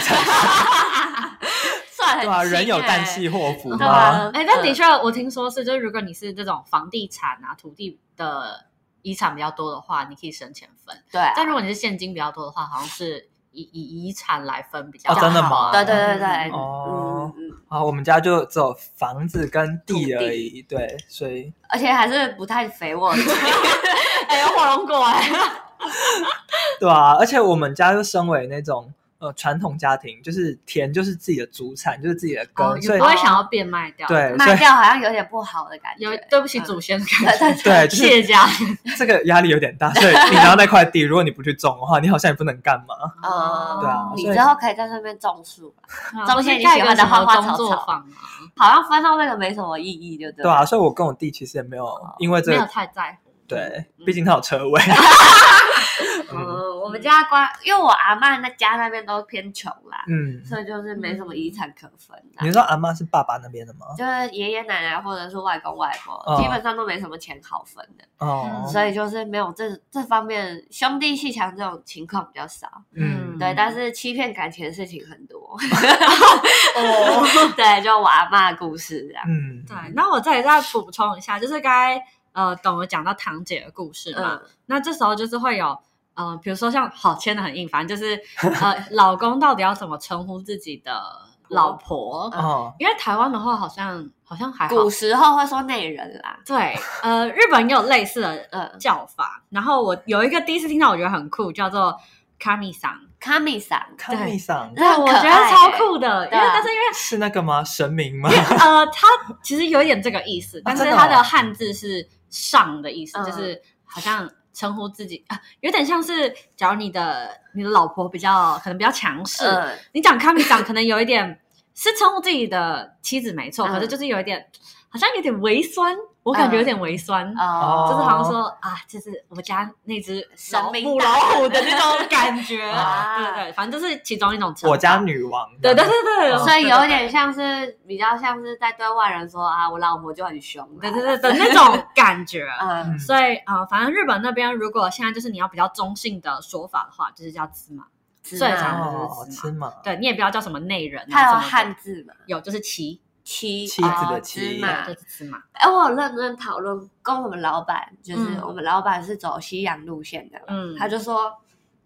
Speaker 1: 算很
Speaker 2: 对啊，
Speaker 1: 轻
Speaker 2: 人有
Speaker 1: 欸
Speaker 2: 旦夕祸福
Speaker 1: 对
Speaker 2: 嘛，
Speaker 1: 啊
Speaker 3: 哎，但的确，我听说是，就是如果你是这种房地产啊、土地的遗产比较多的话，你可以省钱分；
Speaker 1: 对啊，
Speaker 3: 但如果你是现金比较多的话，好像是以以遗产来分比较
Speaker 2: 哦
Speaker 3: 好。
Speaker 2: 真的
Speaker 3: (laughs)
Speaker 2: 吗
Speaker 1: 对对对对，
Speaker 2: 哦
Speaker 1: 嗯嗯，
Speaker 2: 啊，我们家就只有房子跟地而已，对，所以
Speaker 1: 而且还是不太肥沃
Speaker 2: (laughs)
Speaker 1: 的，
Speaker 3: 哎，有火龙果哎，
Speaker 2: 对啊，而且我们家就身为那种呃传统家庭，就是田就是自己的主产，就是自己的根，
Speaker 3: 哦
Speaker 2: 所
Speaker 3: 也
Speaker 2: 以
Speaker 3: 不会想要变卖掉。
Speaker 2: 对，所
Speaker 1: 卖
Speaker 2: 以
Speaker 1: 掉好像有点不好的感觉
Speaker 3: 有。对不起祖先的感觉，
Speaker 2: 对，
Speaker 3: (laughs)
Speaker 2: 就
Speaker 3: 谢
Speaker 2: 是
Speaker 3: 家。
Speaker 2: 这个压力有点大，所以你拿到那块地，如果你不去种的话，你好像也不能干嘛。
Speaker 1: 哦
Speaker 2: 对啊
Speaker 1: 你
Speaker 2: 所以
Speaker 1: 之后可以在上面种树吧，
Speaker 3: 中间你啊喜欢的画画工作坊啊，
Speaker 1: 好像分到那个没什么意义，就对
Speaker 2: 对
Speaker 1: 了。
Speaker 2: 啊，所以我跟我弟其实也没有因为这
Speaker 3: 哦没有
Speaker 2: 个，
Speaker 3: 太在乎。
Speaker 2: 对，毕竟他有车位。嗯
Speaker 3: 哦
Speaker 1: 嗯，我们家关，因为我阿妈那家那边都偏穷啦，
Speaker 2: 嗯，
Speaker 1: 所以就是没什么遗产可分啦
Speaker 2: 你。说阿妈是爸爸那边的吗？
Speaker 1: 就是爷爷奶奶或者是外公外婆，
Speaker 3: 嗯
Speaker 2: 哦
Speaker 1: 基本上都没什么钱好分的，
Speaker 2: 哦，
Speaker 1: 所以就是没有这这方面兄弟戏强这种情况比较少。
Speaker 2: 嗯，
Speaker 1: 对，
Speaker 3: 嗯
Speaker 1: 但是欺骗感情的事情很多。
Speaker 3: (laughs) 哦，
Speaker 1: (laughs) 对，就我阿妈的故事这样。
Speaker 2: 嗯，
Speaker 3: 对，那我这里再补充一下，就是刚才呃，董有讲到堂姐的故事嘛，
Speaker 1: 嗯，
Speaker 3: 那这时候就是会有。呃，比如说像好牵的很硬，反正就是呃，老公到底要怎么称呼自己的老婆？
Speaker 2: 哦，
Speaker 3: 因为台湾的话好像好像还好，
Speaker 1: 古时候会说内人啦，
Speaker 3: 对，呃，日本也有类似的呃
Speaker 1: 嗯
Speaker 3: 叫法。然后我有一个第一次听到，我觉得很酷，叫做 kami 桑。
Speaker 1: 卡米桑，
Speaker 2: 看密上
Speaker 1: 那
Speaker 3: 对，
Speaker 1: 很
Speaker 3: 我
Speaker 1: 可
Speaker 3: 觉得
Speaker 1: 爱
Speaker 3: 超
Speaker 1: 欸
Speaker 3: 酷的，因
Speaker 1: 对
Speaker 3: 为
Speaker 1: 啊
Speaker 3: 但是因为
Speaker 2: 是那个吗？神明 (laughs) 吗？
Speaker 3: 呃，它其实有一点这个意思，但是
Speaker 2: 真的
Speaker 3: 它
Speaker 2: 哦
Speaker 3: 的汉字是“上”的意思，
Speaker 1: 嗯
Speaker 3: 就是好像称呼自己啊，有点像是，假如你的你的老婆比较可能比较强势，
Speaker 1: 嗯
Speaker 3: 你讲康米讲可能有一点是称呼自己的妻子没错，
Speaker 1: 嗯
Speaker 3: 可是就是有一点好像有点微酸，我感觉有点微酸。
Speaker 2: 嗯
Speaker 1: 哦，
Speaker 3: 就是好像说啊，就是我家那只
Speaker 1: 神
Speaker 3: 老
Speaker 1: 明
Speaker 3: 母
Speaker 1: 大
Speaker 3: 老虎
Speaker 2: 哦
Speaker 3: 的那种
Speaker 2: (laughs)
Speaker 3: 感觉，
Speaker 1: 啊
Speaker 3: 对对对，反正就是其中一种称
Speaker 2: 我家哦
Speaker 3: 法
Speaker 2: 女王。
Speaker 3: 对对对对，对
Speaker 1: 所以有一。
Speaker 3: 对对对
Speaker 1: 点像是比较像是在对外人说啊，我老婆就很凶啊，
Speaker 3: 对对 (laughs) 对的那种感 (laughs) 觉。
Speaker 1: 嗯，
Speaker 2: 嗯
Speaker 3: 所以啊、呃反正日本那边如果现在就是你要比较中性的说法的话，就是叫芝麻。
Speaker 1: 芝
Speaker 3: 最
Speaker 1: 麻
Speaker 3: 常见
Speaker 2: 哦，
Speaker 3: 就是芝
Speaker 2: 吃嘛，
Speaker 3: 对你也不要叫什么内人、啊，
Speaker 1: 它有
Speaker 3: 什么的
Speaker 1: 汉字嘛，
Speaker 3: 有就是旗，
Speaker 1: 妻
Speaker 2: 妻子的
Speaker 1: 哦
Speaker 2: 妻
Speaker 1: 芝
Speaker 3: 对
Speaker 1: 麻
Speaker 3: 就。是芝麻。
Speaker 1: 哎，我有认真讨论，跟我们老板，就是
Speaker 3: 嗯
Speaker 1: 我们老板是走西洋路线的嘛，
Speaker 3: 嗯
Speaker 1: 他就说，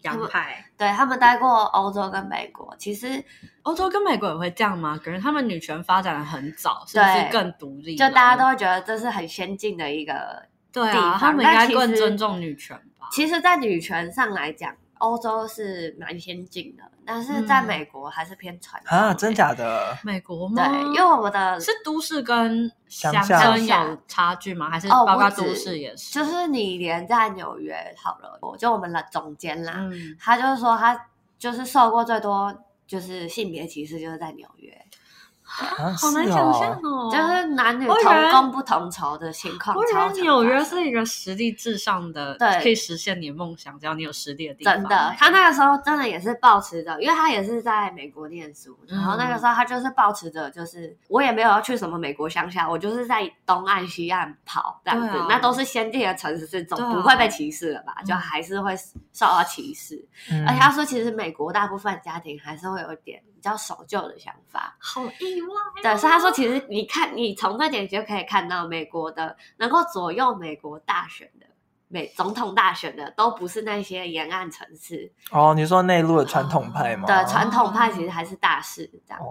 Speaker 3: 洋派。
Speaker 1: 对他们待过欧洲跟美国，其实
Speaker 3: 欧洲跟美国也会这样吗？可能他们女权发展的很早，是不是
Speaker 1: 对
Speaker 3: 更独立
Speaker 1: 就
Speaker 3: 了？
Speaker 1: 大家都会觉得这是很先进的一个
Speaker 3: 对
Speaker 1: 地
Speaker 3: 啊，
Speaker 1: 方
Speaker 3: 他们应该
Speaker 1: 但其实
Speaker 3: 更尊重女权吧？
Speaker 1: 其实，在女权上来讲，欧洲是蛮先进的，但是
Speaker 3: 嗯
Speaker 1: 在美国还是偏传统、
Speaker 2: 啊，真？假的？
Speaker 3: 美国吗？
Speaker 1: 对，因为我们的
Speaker 3: 是都市跟乡
Speaker 2: 乡
Speaker 1: 下
Speaker 3: 村有差距吗？还是
Speaker 1: 哦
Speaker 3: 包括
Speaker 1: 不止
Speaker 3: 都市也是？
Speaker 1: 就是你连在纽约好了，我就我们的总监啦，
Speaker 3: 嗯，
Speaker 1: 他就是说他就是受过最多就是性别歧视就是在纽约，
Speaker 2: 啊
Speaker 3: 好难
Speaker 2: 是哦
Speaker 3: 想象哦。
Speaker 1: 就是男女
Speaker 3: 我以
Speaker 1: 同
Speaker 3: 为
Speaker 1: 工不同酬的情况
Speaker 3: 我
Speaker 1: 超
Speaker 3: 觉
Speaker 1: 常
Speaker 3: 得纽约
Speaker 1: 发生
Speaker 3: 是一个实力至上的，
Speaker 1: 对
Speaker 3: 可以实现你的梦想，只要你有实力的地方。啊
Speaker 1: 真的，他那个时候真的也是抱持着，因为他也是在美国念书，
Speaker 3: 嗯
Speaker 1: 然后那个时候他就是抱持着，就是我也没有要去什么美国乡下，我就是在东岸西岸跑这样子，
Speaker 3: 对啊
Speaker 1: 那都是先进的城市之中，
Speaker 3: 对啊
Speaker 1: 不会被歧视了吧？
Speaker 3: 嗯
Speaker 1: 就还是会受到歧视，
Speaker 2: 嗯
Speaker 1: 而
Speaker 3: 哎
Speaker 1: 且他说，其实美国大部分家庭还是会有一点比较守旧的想法，
Speaker 3: 好意外。哦
Speaker 1: 对，所以他说，其实你看，你从这点就可以看到，美国的能够左右美国大选的美总统大选的，都不是那些沿岸城市
Speaker 2: 哦，你说内陆的传统派吗？
Speaker 1: 的、
Speaker 3: 哦对
Speaker 1: 传统派，其实还是大事这样。
Speaker 2: 哦，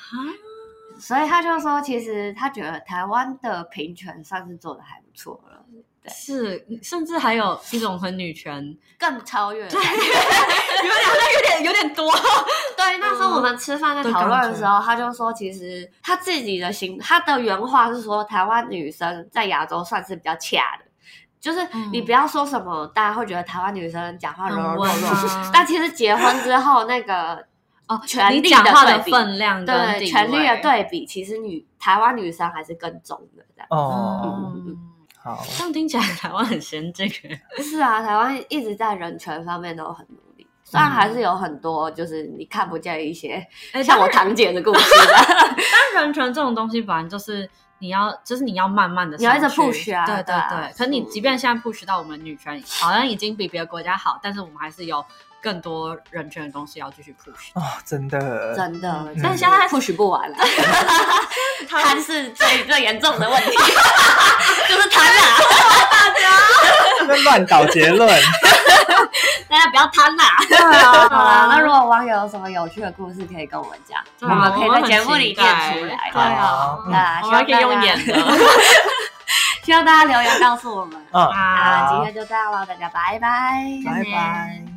Speaker 3: 啊
Speaker 1: 所以他就说，其实他觉得台湾的平权算是做的还不错了，
Speaker 3: 是，甚至还有一种很
Speaker 1: (laughs)
Speaker 3: 女权，
Speaker 1: 更超越了。
Speaker 3: 你们好像有点有点多。
Speaker 1: 对，那时候我们吃饭在讨论的时候，他就说，其实他自己的行，他的原话是说，台湾女生在亚洲算是比较恰的。就是你
Speaker 3: 嗯
Speaker 1: 不要说什么，大家会觉得台湾女生讲话柔柔
Speaker 3: 很
Speaker 1: 弱
Speaker 3: 温
Speaker 1: 弱
Speaker 3: 啊，
Speaker 1: 但其实结婚之后，那 (laughs) 个
Speaker 3: 哦
Speaker 1: 权力
Speaker 3: 你
Speaker 1: 的
Speaker 3: 讲话的
Speaker 1: 对比
Speaker 3: 分量跟
Speaker 1: 对
Speaker 3: 地
Speaker 1: 权力的
Speaker 3: 位，
Speaker 1: 对比，其实女台湾女生还是更重的这样。
Speaker 2: 哦，
Speaker 3: 嗯，
Speaker 2: 好，
Speaker 3: 这样听起来台湾很先进耶。
Speaker 1: 是啊，台湾一直在人权方面都很努力，虽然还是有很多就是你看不见一些
Speaker 3: 哎
Speaker 1: 像我堂姐的故事的。
Speaker 3: 但人权这种东西，本来就是你要，就是你要慢慢的，
Speaker 1: 你要一直 push 啊
Speaker 3: 对对
Speaker 1: 对啊
Speaker 3: 对。可你
Speaker 1: 嗯
Speaker 3: 即便现在 push 到我们女权好像已经比别的国家好，但是我们还是有更多人权的东西要继续 push。
Speaker 2: 哦，真的，
Speaker 1: 真的
Speaker 2: 嗯，
Speaker 1: 但现在 push 不完了，贪是最最严重的问题，就是贪啦，
Speaker 2: 在乱搞结
Speaker 3: (laughs)
Speaker 2: 论。
Speaker 1: 大家不要贪啦。啊好啦，那如果网友有什么有趣的故事可以跟我们讲，
Speaker 3: 对
Speaker 1: 我
Speaker 3: 啊
Speaker 1: 们可以在
Speaker 3: 我们很
Speaker 1: 节目里
Speaker 3: 期
Speaker 1: 念
Speaker 3: 待
Speaker 1: 出来。
Speaker 3: 对啊
Speaker 2: 好，
Speaker 1: 对啊
Speaker 3: 我还可以用演的。
Speaker 1: (laughs) 希望大家留言告诉我们。那
Speaker 2: 嗯，
Speaker 3: 啊
Speaker 1: 今天就这样了，大家拜拜。
Speaker 2: 拜拜。